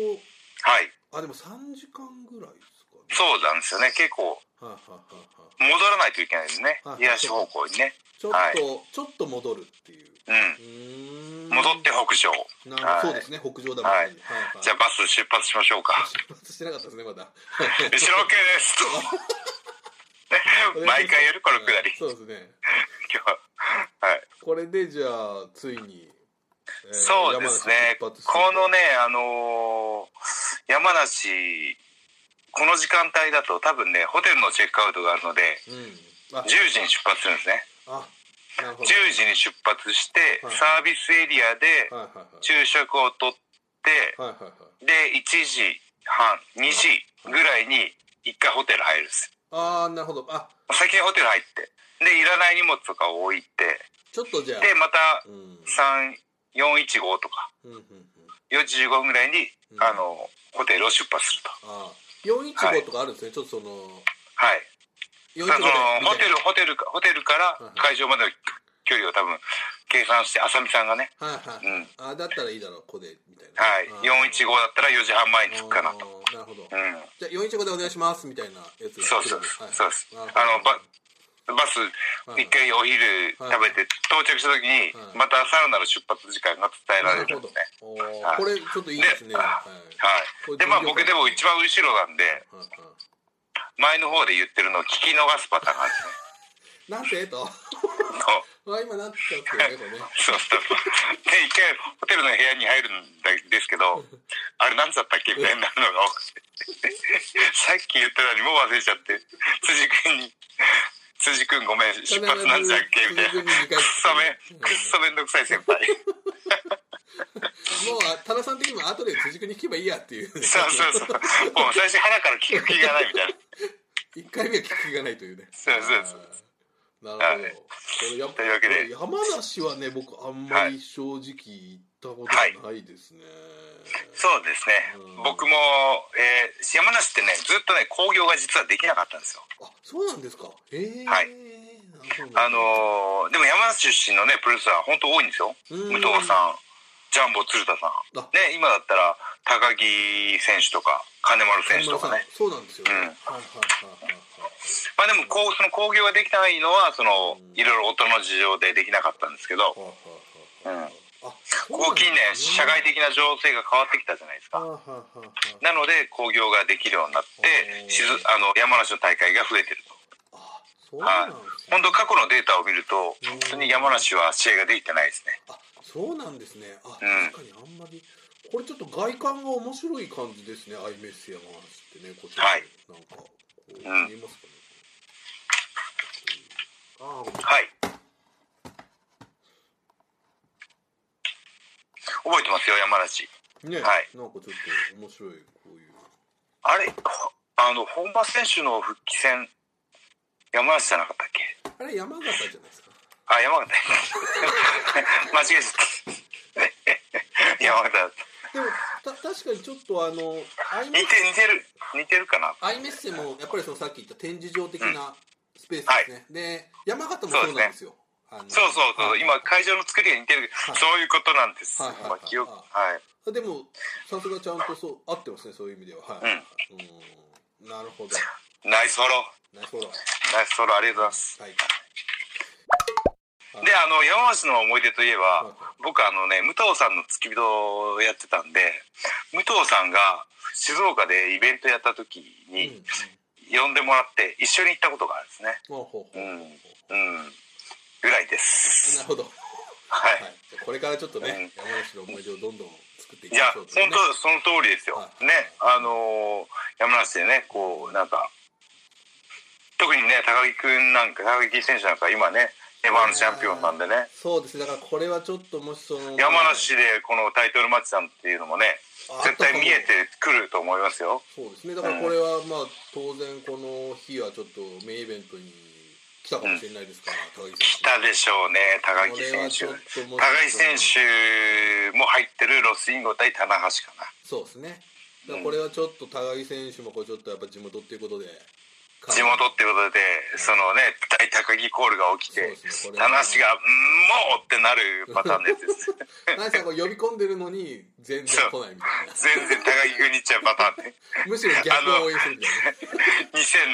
はいあでも3時間ぐらいですかねそうなんですよね結構はいはいはいはい戻らないといけないですねはい東方向にねちょっと、はいちょっと戻るっていう。うんう戻ーんって北上なるほどはいそうですね、北上だもんね。はいじゃあバス出発しましょう か出発してなかったですね、まだ。後ろ OK です 毎回やるこのくだりはいそうですね。今日ははいこれで、じゃあ、ついに、えーそうですね、こ山梨出発するのね、あのー山梨、この時間帯だと、多分ね、ホテルのチェックアウトがあるので、うん。あ10、時に出発するんですね、あなるほど。 10時に出発してはい、サービスエリアではいはいはい。昼食をとって、はいはいはい。で、1時半、2時ぐらいに、一回ホテル入るんです。ああ、なるほど。あ先にホテル入って、で、いらない荷物とかを置いて、ちょっとじゃあ、で、またうん。うん3、415とか、うんうん。 4時15分ぐらいに、うんあの、ホテルを出発すると。あー415とかあるんですね、ちょっとその、はい。 415あのホみテたいルなホテルかホテルから会場までの距離を多分計算して浅見さんがね、はいうんはい。あだったらいいだろう、ここで、みたいな。はい、あー415だったら4時半前に着くかなと、あーなるほど。うん、じゃあ415でお願いしますみたいなやつがそう来そうるそうはいそうですなるほどあのババスは一い回お昼食べて到着した時にはいまたさらなる出発時間が伝えられるんですねおーはいこれちょっといいですね。ねはいはいでまあ僕でも一番後ろなんではいはい前の方で言ってるのを聞き逃すパターンがあるんです ねなんてえっと、あ そう今なんて言ったんですけどね、こそうそうで一回ホテルの部屋に入るんですけ どあれなんつだったっけみたいになるのが多くてさっき言ってたのにもう忘れちゃって辻君に「辻君ごめん 出発なんじゃっけみたいなくっ そめくっそめんどくさい先輩もう多田さん的にも後で辻君に聞けばいいやっていうそうそうそうもう最初腹から聞く気がないみたいな1回目は聞く気がないというねそうそうそうなるほど、はいこれやっぱというわけで山梨はね僕あんまり正直行ったことないですね、そうですねうん僕も、えー山梨ってねずっとね興行が実はできなかったんですよあそうなんですかええはいあのーでも山梨出身のねプロレスラー本当多いんですよ武武藤さんジャンボ鶴田さんあね今だったら高木選手とか金丸選手とかねそうなんですよ、うんねはいはいはいはいまあでもこうその興行ができないのはそのうんいろいろ大人の事情でできなかったんですけどはいはいはいはいあここ近年社会的的な情勢が変わってきたじゃないですはいかはいはいはいなので興行ができるようになっうてんしずあの山梨の大会が増えてるとあそうなんです本ね当過去のデータを見ると本当に山梨は試合ができてないですねあそうなんですねあ、うん確かにあんまりこれちょっと外観が面白い感じですねアイメッセ山梨ってねこっちにはいなんかこう見えうんますかね、あーはい覚えてますよ山梨ね、はいなんかちょっと面白いこういうあれほあの本場選手の復帰戦山梨じゃなかったっけあれ山形じゃないですかあ、山形。 間違えちゃった。 山形だった。でもた確かにちょっとあのアイ似メて、似てる、似てるかな。アイメッセもやっぱりそのさっき言った展示場的なスペースですね、で山形もそうなんですよそうそうそう、今会場の作りが似てる。はいそういうことなんです。はいはいはいまあ記憶、ははい。今でもさすがちゃんとそう合ってますねそういう意味でははい、うん、なるほどナイスフォロなるほどー。ナイスフォロー、ありがとうございます。はいで、あの、山梨の思い出といえはばい、僕あのね、武藤さんの付き人をやってたんで、武藤さんが静岡でイベントやった時うんうんに呼んでもらって一緒に行ったことがあるんですね。ほうほうほううあん。うん。ぐらいですな。るほど、はい、はい。じゃあこれからちょっとね、うん山梨の思い出をどんどん作っていきいまや、しょう本というね当その通りですよは。いね、あのー山梨でね、こう、なんか、特にね、高木くんなんか、高木選手なんか、今ね、エヴァのチャンピオンなんでね、そうですねだからこれはちょっともしその山梨でこのタイトルマッチさんっていうのもね、あ絶対見えてくると思いますよ。そうですねだからこれはまあ当然この日はちょっとメインイベントに来たかもしれないですから、高木来選たでしょうね、高木選これは手。ちょっともう高木選手も入ってるロスインゴ対棚橋かな。手そうですねだからこれはちょっと高木選手もこうちょっとやっぱ地元っていうことで地元ってことで、そのね、大高木コールが起きてそうですねこ、れは棚橋が、うんもうってなるパターンのやつです。 何さんこう呼び込んでるのに全然来ないみたいな全然高木君にいっちゃうパターンねむしろ逆を応援するみたいなね200678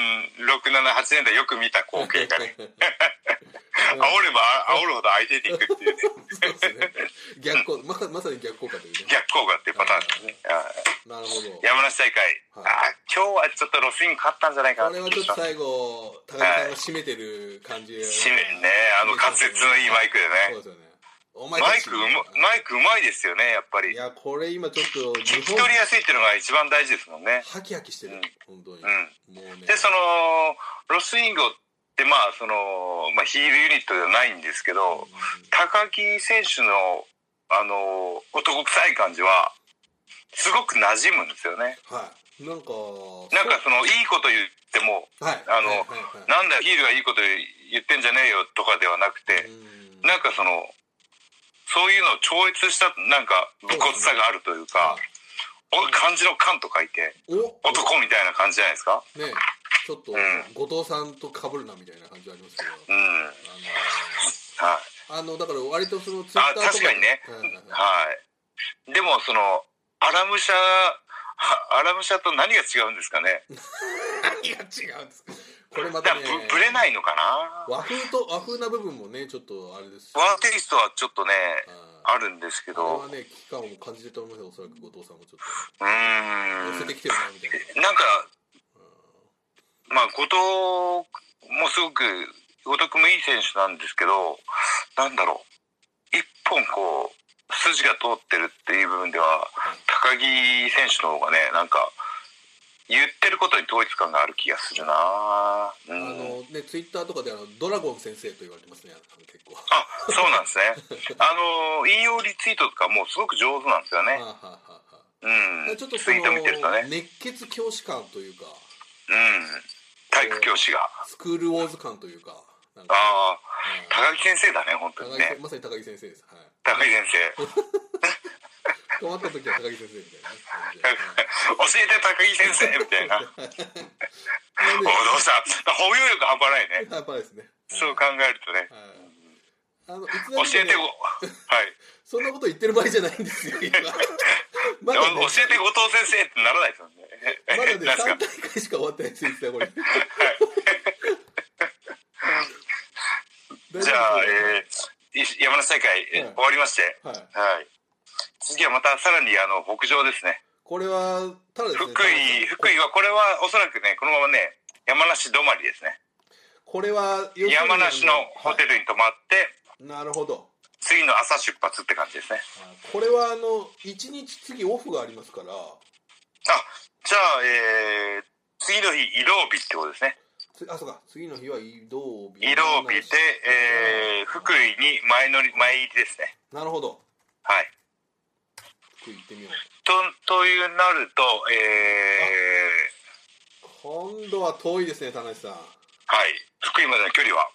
年代よく見た光景が ね煽れば煽るほど相手にいくっていうねそうですね逆効まさまさに逆効果というね逆効果っていうパターンですねあーなるほど山梨大会、はいあー今日はちょっとロスイング勝ったんじゃないかこなれっはて気ちょがっしますと最後高木さんが締めてる感じで締めにねあの滑舌のいいマイクそでねうですよねお前マたイちクうまマイクうまいですよねやっぱいりやこれ今ちょっと聞日き本取りやすいっていうのが一番大事ですもんねハキハキしてる、本当に、もうねでそのロスイングってまあその、まあ、ヒールユニットではないんですけど、うん高木選手の、あの、男臭い感じは、すごく馴染むんですよね。はいなんかなんかその、いいこと言っても、はいあのはいはいはいなんだよ、ヒールがいいこと言ってんじゃねえよとかではなくて、うんなんかその、そういうのを超越した、なんか、武骨さがあるというか、お漢字の漢と書いて、お男みたいな感じじゃないですか。ねちょっと、ん後藤さんと被るなみたいな感じありますけど、うん。はい。あのーあのだから割とそのツイッターとかあ確かにねはいははいはいい。でも、その、アラムシャ、 アラムシャと何が違うんですかね。 何が違うんですかこれまだかたらねぶ、ぶれないのかな和風と和風な部分もねちょっとあれですしワンテイストはちょっとね、ああるんですけあれど、はね危機感を感じてたと思いますよおそらく後藤さんもちょっうーとん寄せ。てきてるなみたいななんか、まあ、後藤もすごく、後藤君もいい選手なんですけど、なんだろう、一本こう、筋が通ってるっていう部分では、高木選手の方がね、なんか、言ってることに統一感がある気がするなうあんのねツイッターとかであのドラゴン先生と言われてますねあの結構あそうなんですねあの引用リツイートとかもうすごく上手なんですよはあねはあはあはうあんちょっとそツイート見てるとのね熱血教師感というかうん体育教師がスクールウォーズ感というかなんかああはい高木先生だね本当高に木ねまさに高木先生ですはい高木先生困った時は高木先生みたいな感 じで、教えて高木先生みたい なおうはい、などうした包容力半端ないねのでやっぱりですねそう考えるとねはいあのいつ教だってえねて ごはいそんなこと言ってる場合じゃないんです よ今まだね教えて後藤先生ってならないですもんねまだねなんすか3大会しか終わってないですよ、実はこれ。 大丈夫じゃあ、えーい山梨大会、えはい終わりまして、はい、はい、次はまたさらにあの北上ですねこれは、ただです福井ね、田中さ福井んはこれはおそらくねこのままね山梨止まりですねこれは、要するに山梨のホテルに泊まって、はいなるほど。次の朝出発って感じですねあこれは、あの、1日次オフがありますから、あじゃあ、えー次の日移動日ってことですねつあ、そうか、次の日は移動日。移動日で、えー福井に前乗り前入りですねなるほど。はい福井行ってみよう。とというなるとえー今度は遠いですね、田中さん。はい福井までの距離は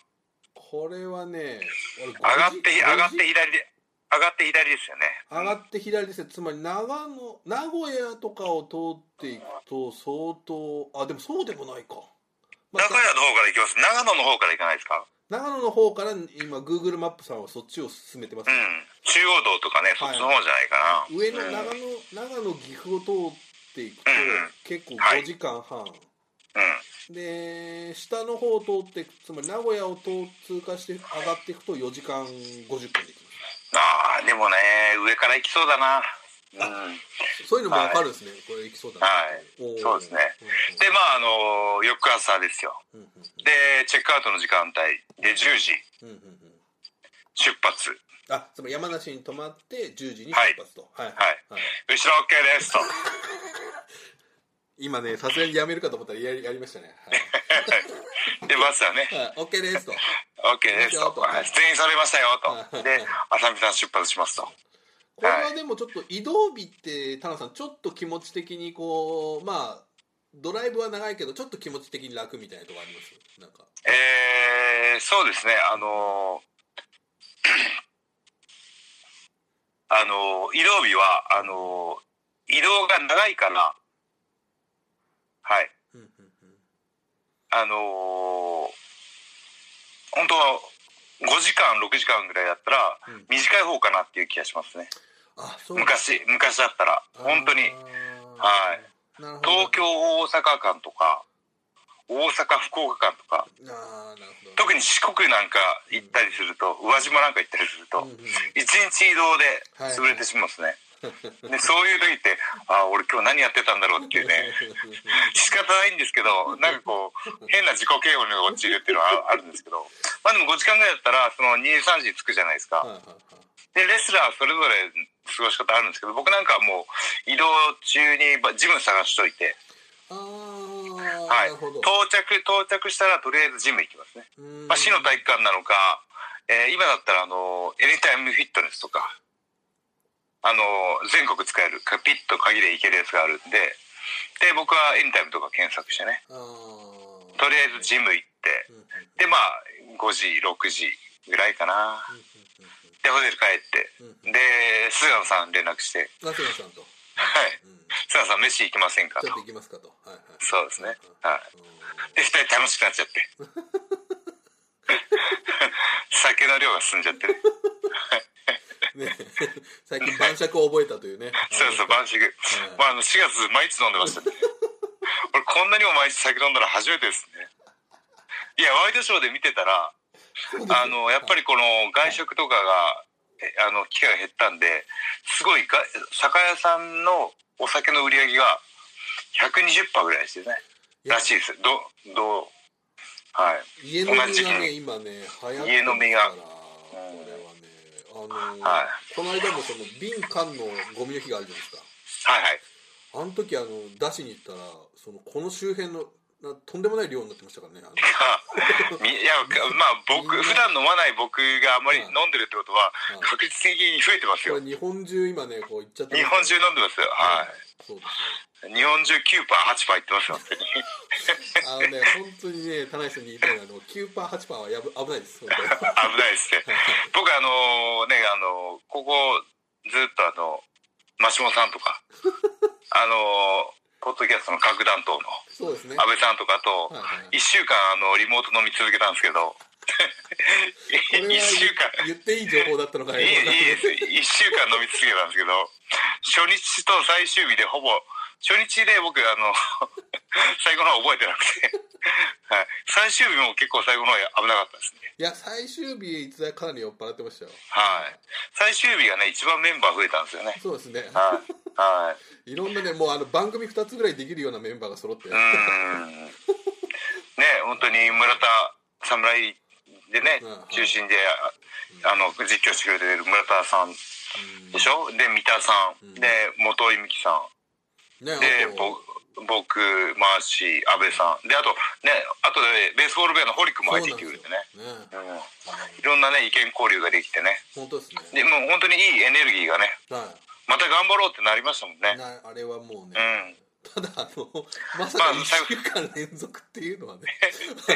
これはね、上上がって上がって左で上がって左ですよね上がって左ですねつまり長野名古屋とかを通っていくと相当あでもそうでもないか、まあ長屋の方から行きます長野の方から行かないですか長野の方から今 Google マップさんはそっちを進めてますう、ん中央道とかねそっちの方じゃないかな、上の長野うん、うん、長野岐阜を通っていくと、うんうん結構はい5時間半、で下の方を通っていくつまり名古屋を通通過して上がっていくと4時間50分できああでもね上から行きそうだなうんますそういうのも分かるんですね、これいきそうだなはいおーそうですねでまああのー翌朝ですようんうんでチェックアウトの時間帯で10時うんうんうんうん出発あ、つまり山梨に泊まって10時に出発と。はい。はい。はいはい後ろ OK ですと今ね、さすがにやめるかと思ったらやりやりましたね。でバスはねはい。はい、OK ですと。 OK ですとはい全員されましたよはといで浅見さん出発しますとこれはでもちょっと移動日って、田野さん、ちょっと気持ち的にこう、まあ、ドライブは長いけど、ちょっと気持ち的に楽みたいなとこありますなんか。えー、そうですね、あのーあのー移動日は、あのー移動が長いから、はい、うんうんうんあのー本当は5時間、6時間ぐらいだったら、うん短い方かなっていう気がしますね。あ、そうなんだ。。昔、昔だったら、本当に、はいなるほど。東京、大阪間とか、大阪、福岡間とか、あーなるほど。特に四国なんか行ったりすると、宇和島なんか行ったりすると、うんうん一日移動で潰れてしまうんです ね、でそういう時ってああ俺今日何やってたんだろうっていうね仕方ないんですけどなんかこう変な自己嫌悪に陥るっていうのはあ あるんですけどまあでも5時間ぐらいだったらその2時3時に着くじゃないです はいかはいはい。でレスラーそれぞれ過ごし方あるんですけど僕なんかはもう移動中にばジム探しといて、あー、はい、なる到ほど。着到着したらとりあえずジム行きますね、うんまあ、市の体育館なのか、えー今だったらあのエニタイムフィットネスとかあの全国使えるかピッと鍵で行けるやつがあるんでで僕はエニタイムとか検索してねあーとりあえずジム行ってうんうんでまあ5時6時ぐらいかなうでホテル帰ってんうんうんうんで菅野さん連絡してナセナさんと、 「はいうん、菅野さん飯行きませんか?」ちょっとと行きますかと、はいはい、そうですねはいうんで二人楽しくなっちゃって酒の量が進んじゃってねね 最近晩酌を覚えたというね、そうそう晩酌うんまああの4月毎日飲んでましたね俺こんなにも毎日酒飲んだら初めてですねいやワイドショーで見てたらあのやっぱりりこの外食とかがえあの機会が減ったんですごいが酒屋さんのお酒の売り上げが120%ぐらいですよねらしいですどどうはい家飲み同じ時期がねに今ね流行ってますから家飲みがこれはねあのーはいこの間もその瓶缶のゴミの日があるじゃないですかはいはいあの時あの出しに行ったらそのこの周辺のなとんでもない量になってましたからねあの みいやまあ僕普段飲まない僕があまり飲んでるってことははい確実に増えてますこよれ日本中今ねこう行っちゃって日本中飲んでますよはいそうでい日本中9パー8パーいってますよ本当にすあのね本当にね田内さんに言いたいのはあの9パー8パーはやぶ危ないです本当に 危ないですね僕あのねあのここずっとあのマシモさんとかあのポッドキャストの核弾頭のそうですね安倍さんとかとはいはい1週間あのリモート飲み続けたんですけどこれ は1週間言っていい情報だったのかいいいいです1週間飲み続けたんですけど初日と最終日でほぼ初日で僕あの 最後の方覚えてなくて、はい、最終日も結構最後の方危なかったですねいや最終日いつだかなり酔っ払ってましたよはい最終日がね一番メンバー増えたんですよねそうですねはいはいいろんなねもうあの番組2つぐらいできるようなメンバーが揃ってうーんね本当に村田侍でねうんはい中心でああの実況してくれてる村田さんうんでしょで三田さうんんで元井美樹さんねあでとぼ僕マーシー安倍さんであとねあとでベースボールベアのホリックも入ってきてくれてねねうんあいろんなね意見交流ができてねの本当ですねでもう本当にいいエネルギーがねはまた頑張ろうってなりましたもんいねなあれはうもうねんただあのまさかま1あ最後週間連続っていう のはねあ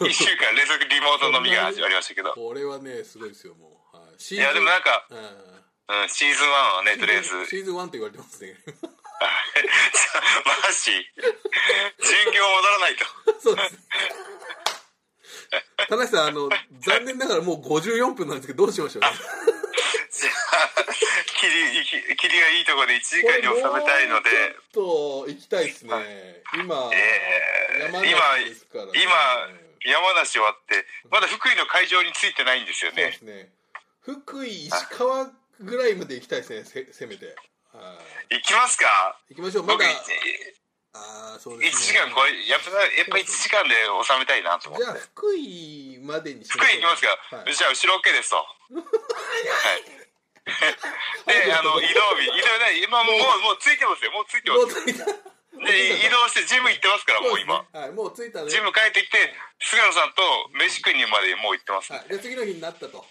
1週間連続リモート飲みが始まりましたけどのこれはねすごいですよもうはいシいやでもなんか、うんうん、シーズン1はねとりあえずシーズン1と言われてますね マーシー巡業戻らない とそうですね田中さんあの残念ながらもう54分なんですけどどうしましょうねじゃあ切り切り切りがいいところで1時間に収めたいのでこれもうちょっと行きたいですね今、えー山梨ですからね、今山梨終わってまだ福井の会場についてないんですよそうでねすね福井石川ぐらいまで行きたいですねせせめては行きますかい行きましょうま僕だ1あーそうです、時ね、間超えやっぱやっぱ1時間で収めたいなと思ってじゃあ福井までにし福井行きますか、はいじゃあ後ろ OK ですとはいであの移動日移動ね今もうもうもうついてますよもうついてまもうす着いたで移動してジム行ってますからもう今、はい、もう着いたのでジム帰ってきて菅野さんと飯食いにまでもう行ってます、はい、で次の日になったと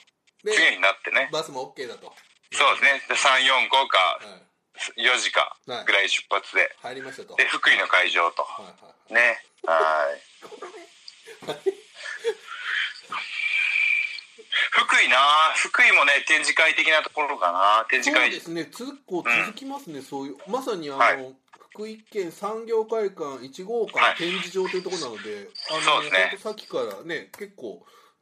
で次になってねバスも OK だとそうですね345かはい、 4時かぐらい出発で、入りましたとで福井の会場とはいはいねはいはい福井な福井もね展示会的なところかな展示そ会うですね、つこううん続きますね、そういう、まさにあの、はい福井県産業会館1号は館い展示場というところなので、そうですねほんとさっきからね、結構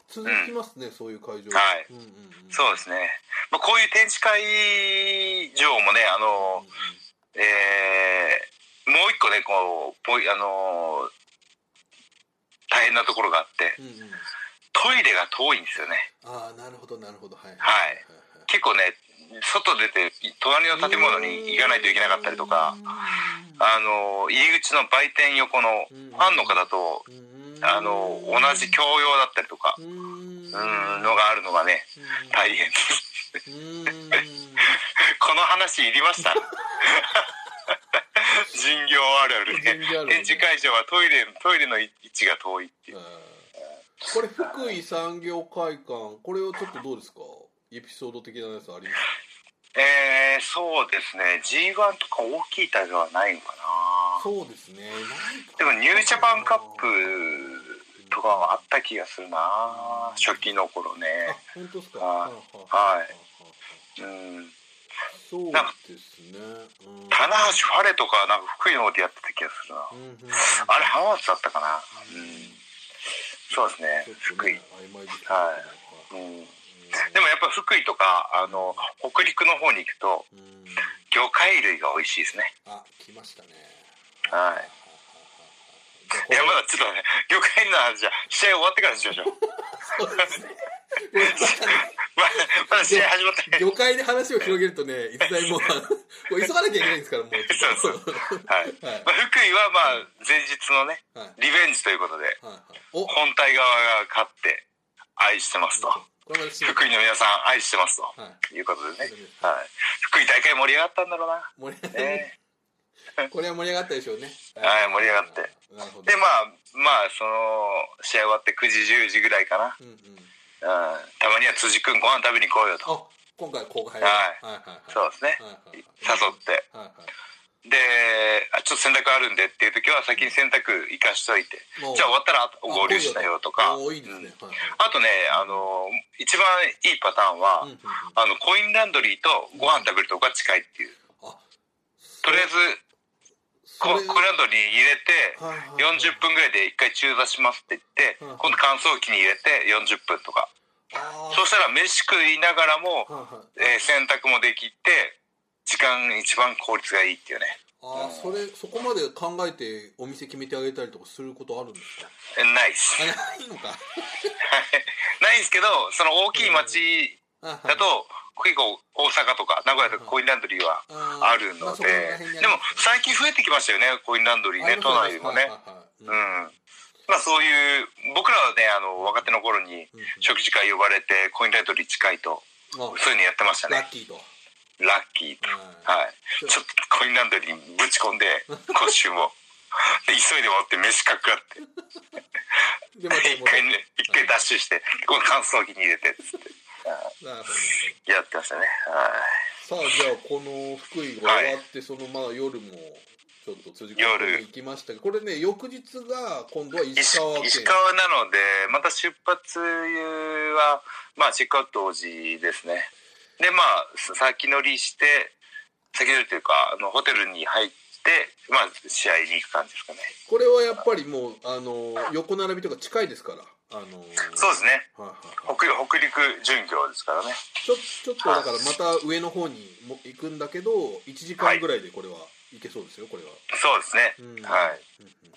続きますね、そういう会場。はいうんうんうん、そうですね、まあ、こういう展示会場もねあの、えーもう一個ねこうポイあのー大変なところがあってうんうんうんうんトイレが遠いんですよねああ、なるほど、なるほど、ははい。い結構ね外出て隣の建物に行かないといけなかったりとかあのー入り口の売店横のファンの方とあのー同じ教養だったりとかうんうんうんのがあるのがね大変です うんこの話いりました 人形あるある人形あるあるね展示会場はトイレトイレの位置が遠いっていうこれ福井産業会館これをちょっとどうですかエピソード的なやつありますえー、そうですね G1 とか大きい大会はないのかなそうですねでもニュージャパンカップとかはあった気がするな初期の頃ねあ本当ですかはいははいうんそうですねうん棚橋ファレとかなんか福井の方でやってた気がするなうんうんうんあれ浜松だったかなうんそうですねちょっと福井ね曖昧ですけどはうんでもやっぱ福井とかあの北陸の方に行くとうんうん魚介類が美味しいですねあ来ましたねはいいやまだちょっとね魚介の話は試合終わってからにしましょう そうですね ごめんなさいまだまだ試合始まってない魚介で話を広げるとね、いつだいもう、 あのこれ急がなきゃいけないんですから、もう。そうそう。はい はい。まあ、福井はまあ前日のねはい。リベンジということではい。お本体側が勝って愛してますとこれまで締め福井の皆さん愛してますとはい。いうことでね、はいはい、福井大会盛り上がったんだろうな盛り上がりねこれは盛り上がったでしょうね。はい盛り上がってなるほどで。まあまあその試合終わって9時10時ぐらいかな、うんうん。うん、たまには辻君ご飯食べに行こうよとあ、今回後輩はいはいはい。そうですねはいはいはい。誘ってはいはであちょっと洗濯あるんでっていう時は先に洗濯行かしといてもうじゃあ終わったらい。合流したよとかあ多いですうんね。はいあとねあの一番いいパターンは、はい。うんうんうんあのコインランドリーとご飯食べるとこが近いっていうあ、とりあえずそココイれンランドリーに入れてはいはいはい40分ぐらいで一回中座しますって言ってうんうん今度乾燥機に入れて40分とかあそうしたら飯食いながらもー、はいはい。えー洗濯もできて時間一番効率がいいっていうねああ、それ、そこまで考えて、お店決めてあげたりとかすることあるんですか。えないっすあ、ないのか。ないんですけどその大きい町あだと結構大阪とか名古屋とかコインランドリーはああるのでででも最近増えてきましたよねコインランドリーね都内でもね。うんまあそういう僕らはねあの若手の頃にうん食事会呼ばれてコインランドリー近いともそういうのやってましたラねッキーと。ラッキーとはいちょっとコインランドリーにぶち込ん で今週もで急いで終わって飯かっくらってうんで、また一回ね一回ダッシュしてこの乾燥機に入れてつってなるほどやってましたねはいさあ、じゃあ、この福井が終わって、その、まあ、夜も。ちょっと辻君夜行きましたけど、これね、翌日が、今度は石石川県。石川なのでまた出発はまあチェックアウト同時ですねでまあ先乗りして先乗りというかあのホテルに入ってまあ試合に行く感じですかねこれはやっぱりもう、あの、横並びとか近いですから。あの。そうですねはいはいはい。北北陸巡業ですからねちょちょっとだからまた上の方にも行くんだけど1時間ぐらいでこれは行けそうですよこれは、そうですね、うんはいうんうんうん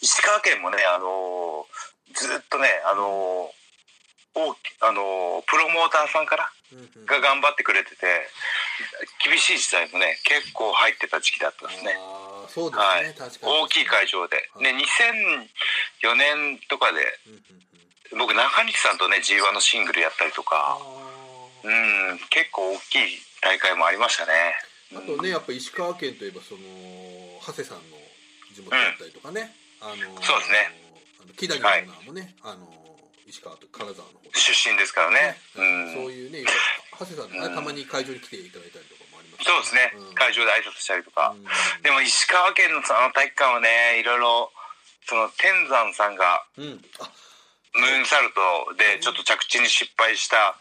石川県もねあのーずっとねあのー大きあのープロモーターさんからうんうんが頑張ってくれてて厳しい時代もね結構入ってた時期だったんですねああそうですね、はい確かに大きい会場で、ね、2004年とかでうんうんうん僕中西さんとね g 1のシングルやったりとあかーうん結構大きい大会もありましたねあとねやっぱ石川県といえばその長谷さんの地元だったりとかね、あのーそうですねあの木谷のオーナーもね、あのー石川と金沢の方で出身ですからねうそうんいうね長谷さんのね、うんたまに会場に来ていただいたりとかもありますそうですね、会場で挨拶したりとか、うんでも石川県のその体育館はねいろいろその天山さんがうんあムーンサルトでちょっと着地に失敗した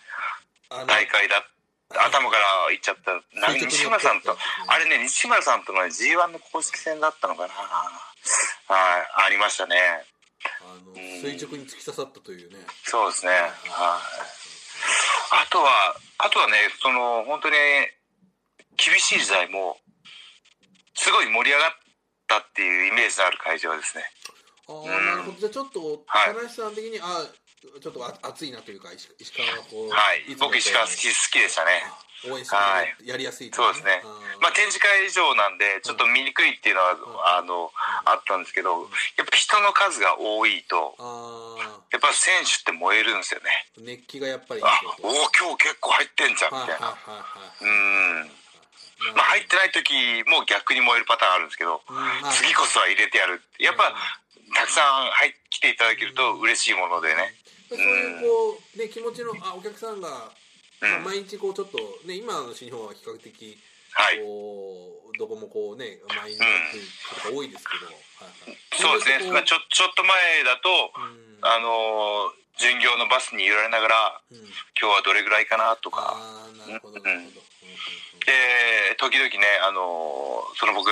あの大会だ頭からいっちゃったなんか西村さんとあれね西村さんとの g 1の公式戦だったのかなはいありましたねあのん垂直に突き刺さったというね。そうですねはいあとはあとはねその本当に厳しい時代もすごい盛り上がったっていうイメージのある会場ですねあんあ、なるほど。じゃあちょっと、はい田中さん的に、ああ、ちょっとあ熱いなというか、石石川はこう、はいつも僕石川好き好きでしたね応援してもらってやりやすいといそうですね。まあ、展示会以上なんで、ちょっと見にくいっていうのは、あの、あったんですけど、やっぱ人の数が多いと、あやーあっぱ選手って燃えるんですよね。ー、熱気がやっぱりいあいって、おお、こ今日結構入ってんじゃん、と。はみいたはいな。いはいはうん。い。まあ、入ってない時も逆に燃えるパターンあるんですけど、うんまあ次こそは入れてやる。やっぱ、たくさん入ってきていただけると嬉しいものでね。そういうこう、ね、気持ちの、あ、お客さんが、まあうん毎日こうちょっとね今の新日本は比較的はい。こうどこもこうね毎日とか多いですけど、はいはいそうですね。まあちょ、ちょっと前だと、うんあのー、巡業のバスに揺られながら、うん今日はどれぐらいかなとか、ああなるほどなるほど、で時々ねあのその僕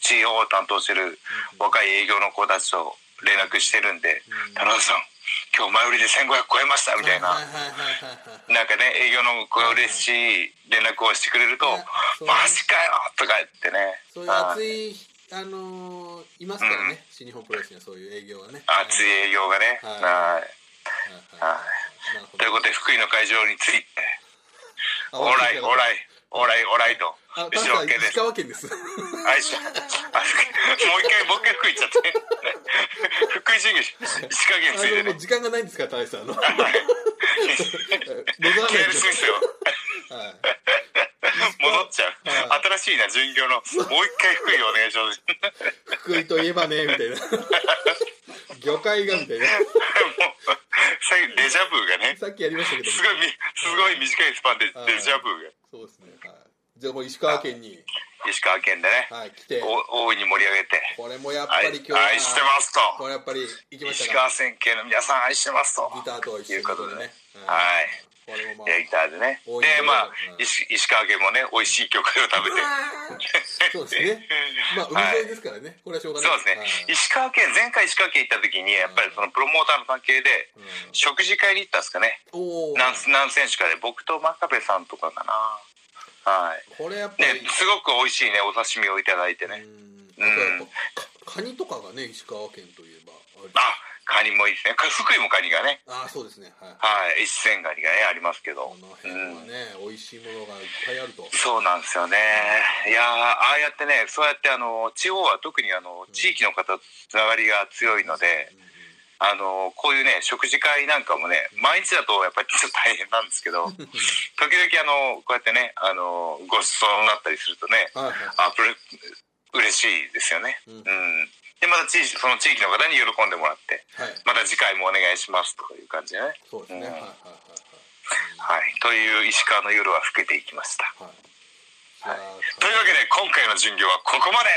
地方を担当してる若い営業の子たちと連絡してるんで「うん田中さん今日前売りで1500超えました」みたいはないはいはいはいはいなんかね営業の子が嬉しい連絡をしてくれるといやそ「うねマジかよ!」とか言ってねそういうあ熱いあのーいますからね、新日本プロレスにはそういう営業はね熱い営業がねはいはいはいはいはいなるほとどいうことで福井の会場について「あオーライオーライオーライオーライ」とあ後ろ確向けかにで石川県ですあいしょあもう一回、もう一回福井行っちゃって。福井神宮、石川県についあてのもねう。時間がないんですから田中さんあの野ケ沢ールスミスよ。はい戻戻っちゃう、は新しいな巡業のもう一回福井お願いします福井といえばねみたいな魚介がみたいなもうさっきデジャブがねさっきやりましたけどすごいみすごい短いスパンではいデジャブがそうですねはいじゃあもう石川県に、石川県でねはい、来てお大いに盛り上げてこれもやっぱ愛り今日は愛してますことれやっぱり行きまし石たか川県系の皆さん愛してますとギターと一緒いにうことでねね、はいいこれもまあやりたいでね大いに盛り上げでまあうん石石川県もね美味しい魚介を食べて そうですね。まあ、海沿いですからね。これはしょうがなそうい。ですね石川県前回石川県行った時にやっぱりそのプロモーターの関係で食事会に行ったんですかねはい。おお。何何選手かで僕と真壁さんとかかなはいこれやっぱねり。すごく美味しいねお刺身をいただいてうねん。あとうんやっぱかカニとかがね、石川県といえば。あカニもいいですねか福井もカニがねああ、そうですね。ははい。い一線ガニがねありますけどこのう辺はんね、美味しいものがいっぱいあると。そうなんですよねいやーああやってねそうやってあの地方は特にあの地域の方とつながりが強いのでうんあのこういうね食事会なんかもね毎日だとやっぱりちょっと大変なんですけど時々あのこうやってねあのご馳走になったりするとねはいあはい。これ嬉しいですよね。ううんん、でまた地域その地域の方に喜んでもらってはい。また次回もお願いしますとかいう感じでね。そうですね。ははいはいはいい、という石川の夜は更けていきました。はい。はい。とじゃあいうわけで今回の巡業はここまで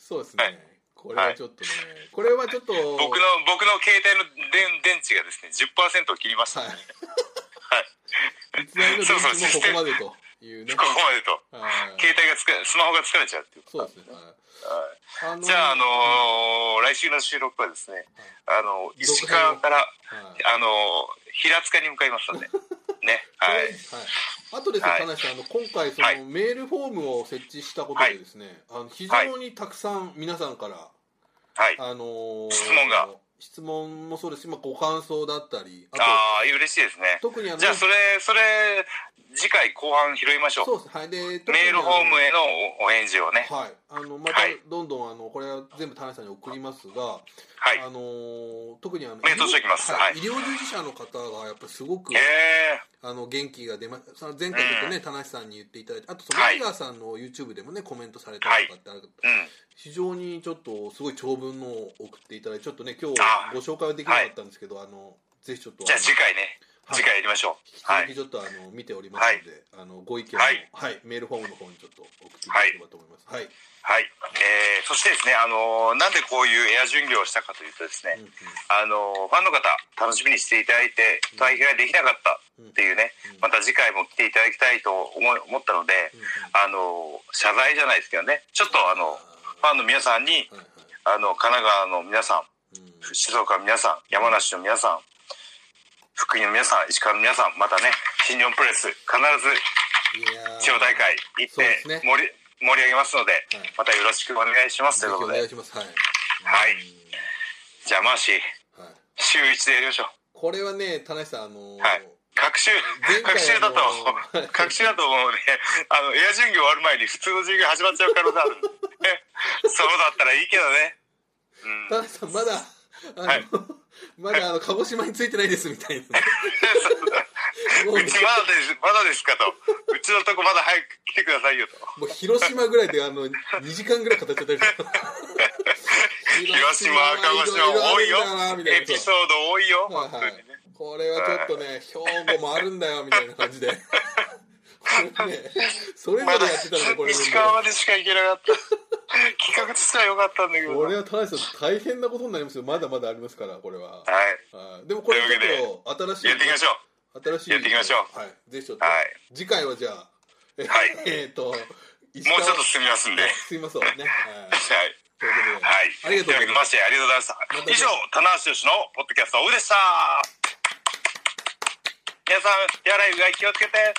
そうですね。はいこれはちょっとね、これはちょっと。僕の僕の携帯の電電池がですね10%を切りました、はねい。いつまでのそうそう電池もここまでというねこ。こまでとはい携帯がつかスマホが疲れちゃうっていうそうですね。はいのーじゃああのー来週の収録はですねあの石川からはいあのー平塚に向かいますの でねはいあとですね、はい田無さん、あの今回その、はいメールフォームを設置したことでですね、あの非常にたくさん皆さんから、はいあのー質問が質問もそうですし、まあ、ご感想だったり、あとああ嬉しいですね特にあのじゃあそれそれ次回後半拾いましょうそうですはいで特にメールフォームあへのおお返事をねのはい、あのまたはいどんどんあのこれは全部田無さんに送りますが、はいあのー特にあのメール通しておきますはい医療従事者の方がやっぱりすごく、えあの元気が出まその前回ちょっとね、田無さんに言っていただいてあとそのは前い川さんの YouTube でもねコメントされたりとかってあるけど、えうん非常にちょっとすごい長文のを送っていただいてちょっとね今日あご紹介はできなかったんですけどあのぜひちょっとじゃあ次回ねは次い回やりましょうはい引き続きちょっとあの見ておりますので、あのご意見を、ははいいメールフォームの方にちょっと送っていただければと思いますはい、はいえーそしてですねあのーなんでこういうエア巡業をしたかというとですねうんうんあのーファンの方楽しみにしていただいて大変ができなかったっていうねうんまた次回も来ていただきたいと思い思ったのでうんあのー謝罪じゃないですけどねちょっとあのファンの皆さんにはあいはいの神奈川の皆さんうん静岡の皆さん山梨の皆さん福井の皆さん石川の皆さんまたね新日本プロレス必ずいやー地方大会行っそうですねて盛り,、盛り上げますので、はいまたよろしくお願いしますぜというこひとお願いでしますははい、いうんじゃあマーシーはい、週1でやりましょうこれはね田無さんあのーはい各週前回各週 だとあの各週だともうねあのエア巡業終わる前に普通の授業始まっちゃう可能性あるんでそうだったらいいけどねうん田中さんまだあの、はい まだあの鹿児島についてないですみたいな も う,、うちまだですまだですかとうちのとこまだ早く来てくださいよともう広島ぐらいであの2時間ぐらい語っちゃったりとか広島鹿児島多いよあるんだなみたいなエピソード多いよは本い当はいにねこれはちょっとね兵庫もあるんだよみたいな感 じでこれねそれままでだやってたのこれね石川までしか行けなかった 企画としては良かったんだけどこれは田中さん大変なことになりますよまだまだありますからこれは、はいはいでもこれちょっと新しいやっていきましょう新しいやっていきましょうはいぜひちょっと、はい次回はじゃあえっ、はい えーともうもうちょっと進みますんで。はい。すいませんね、はい、ということで、はい。ありがとうございますとうわけでまして、ありがとうございました。また以上、棚橋由のポッドキャスト、オフでした。皆さん、手洗いうがい気をつけて。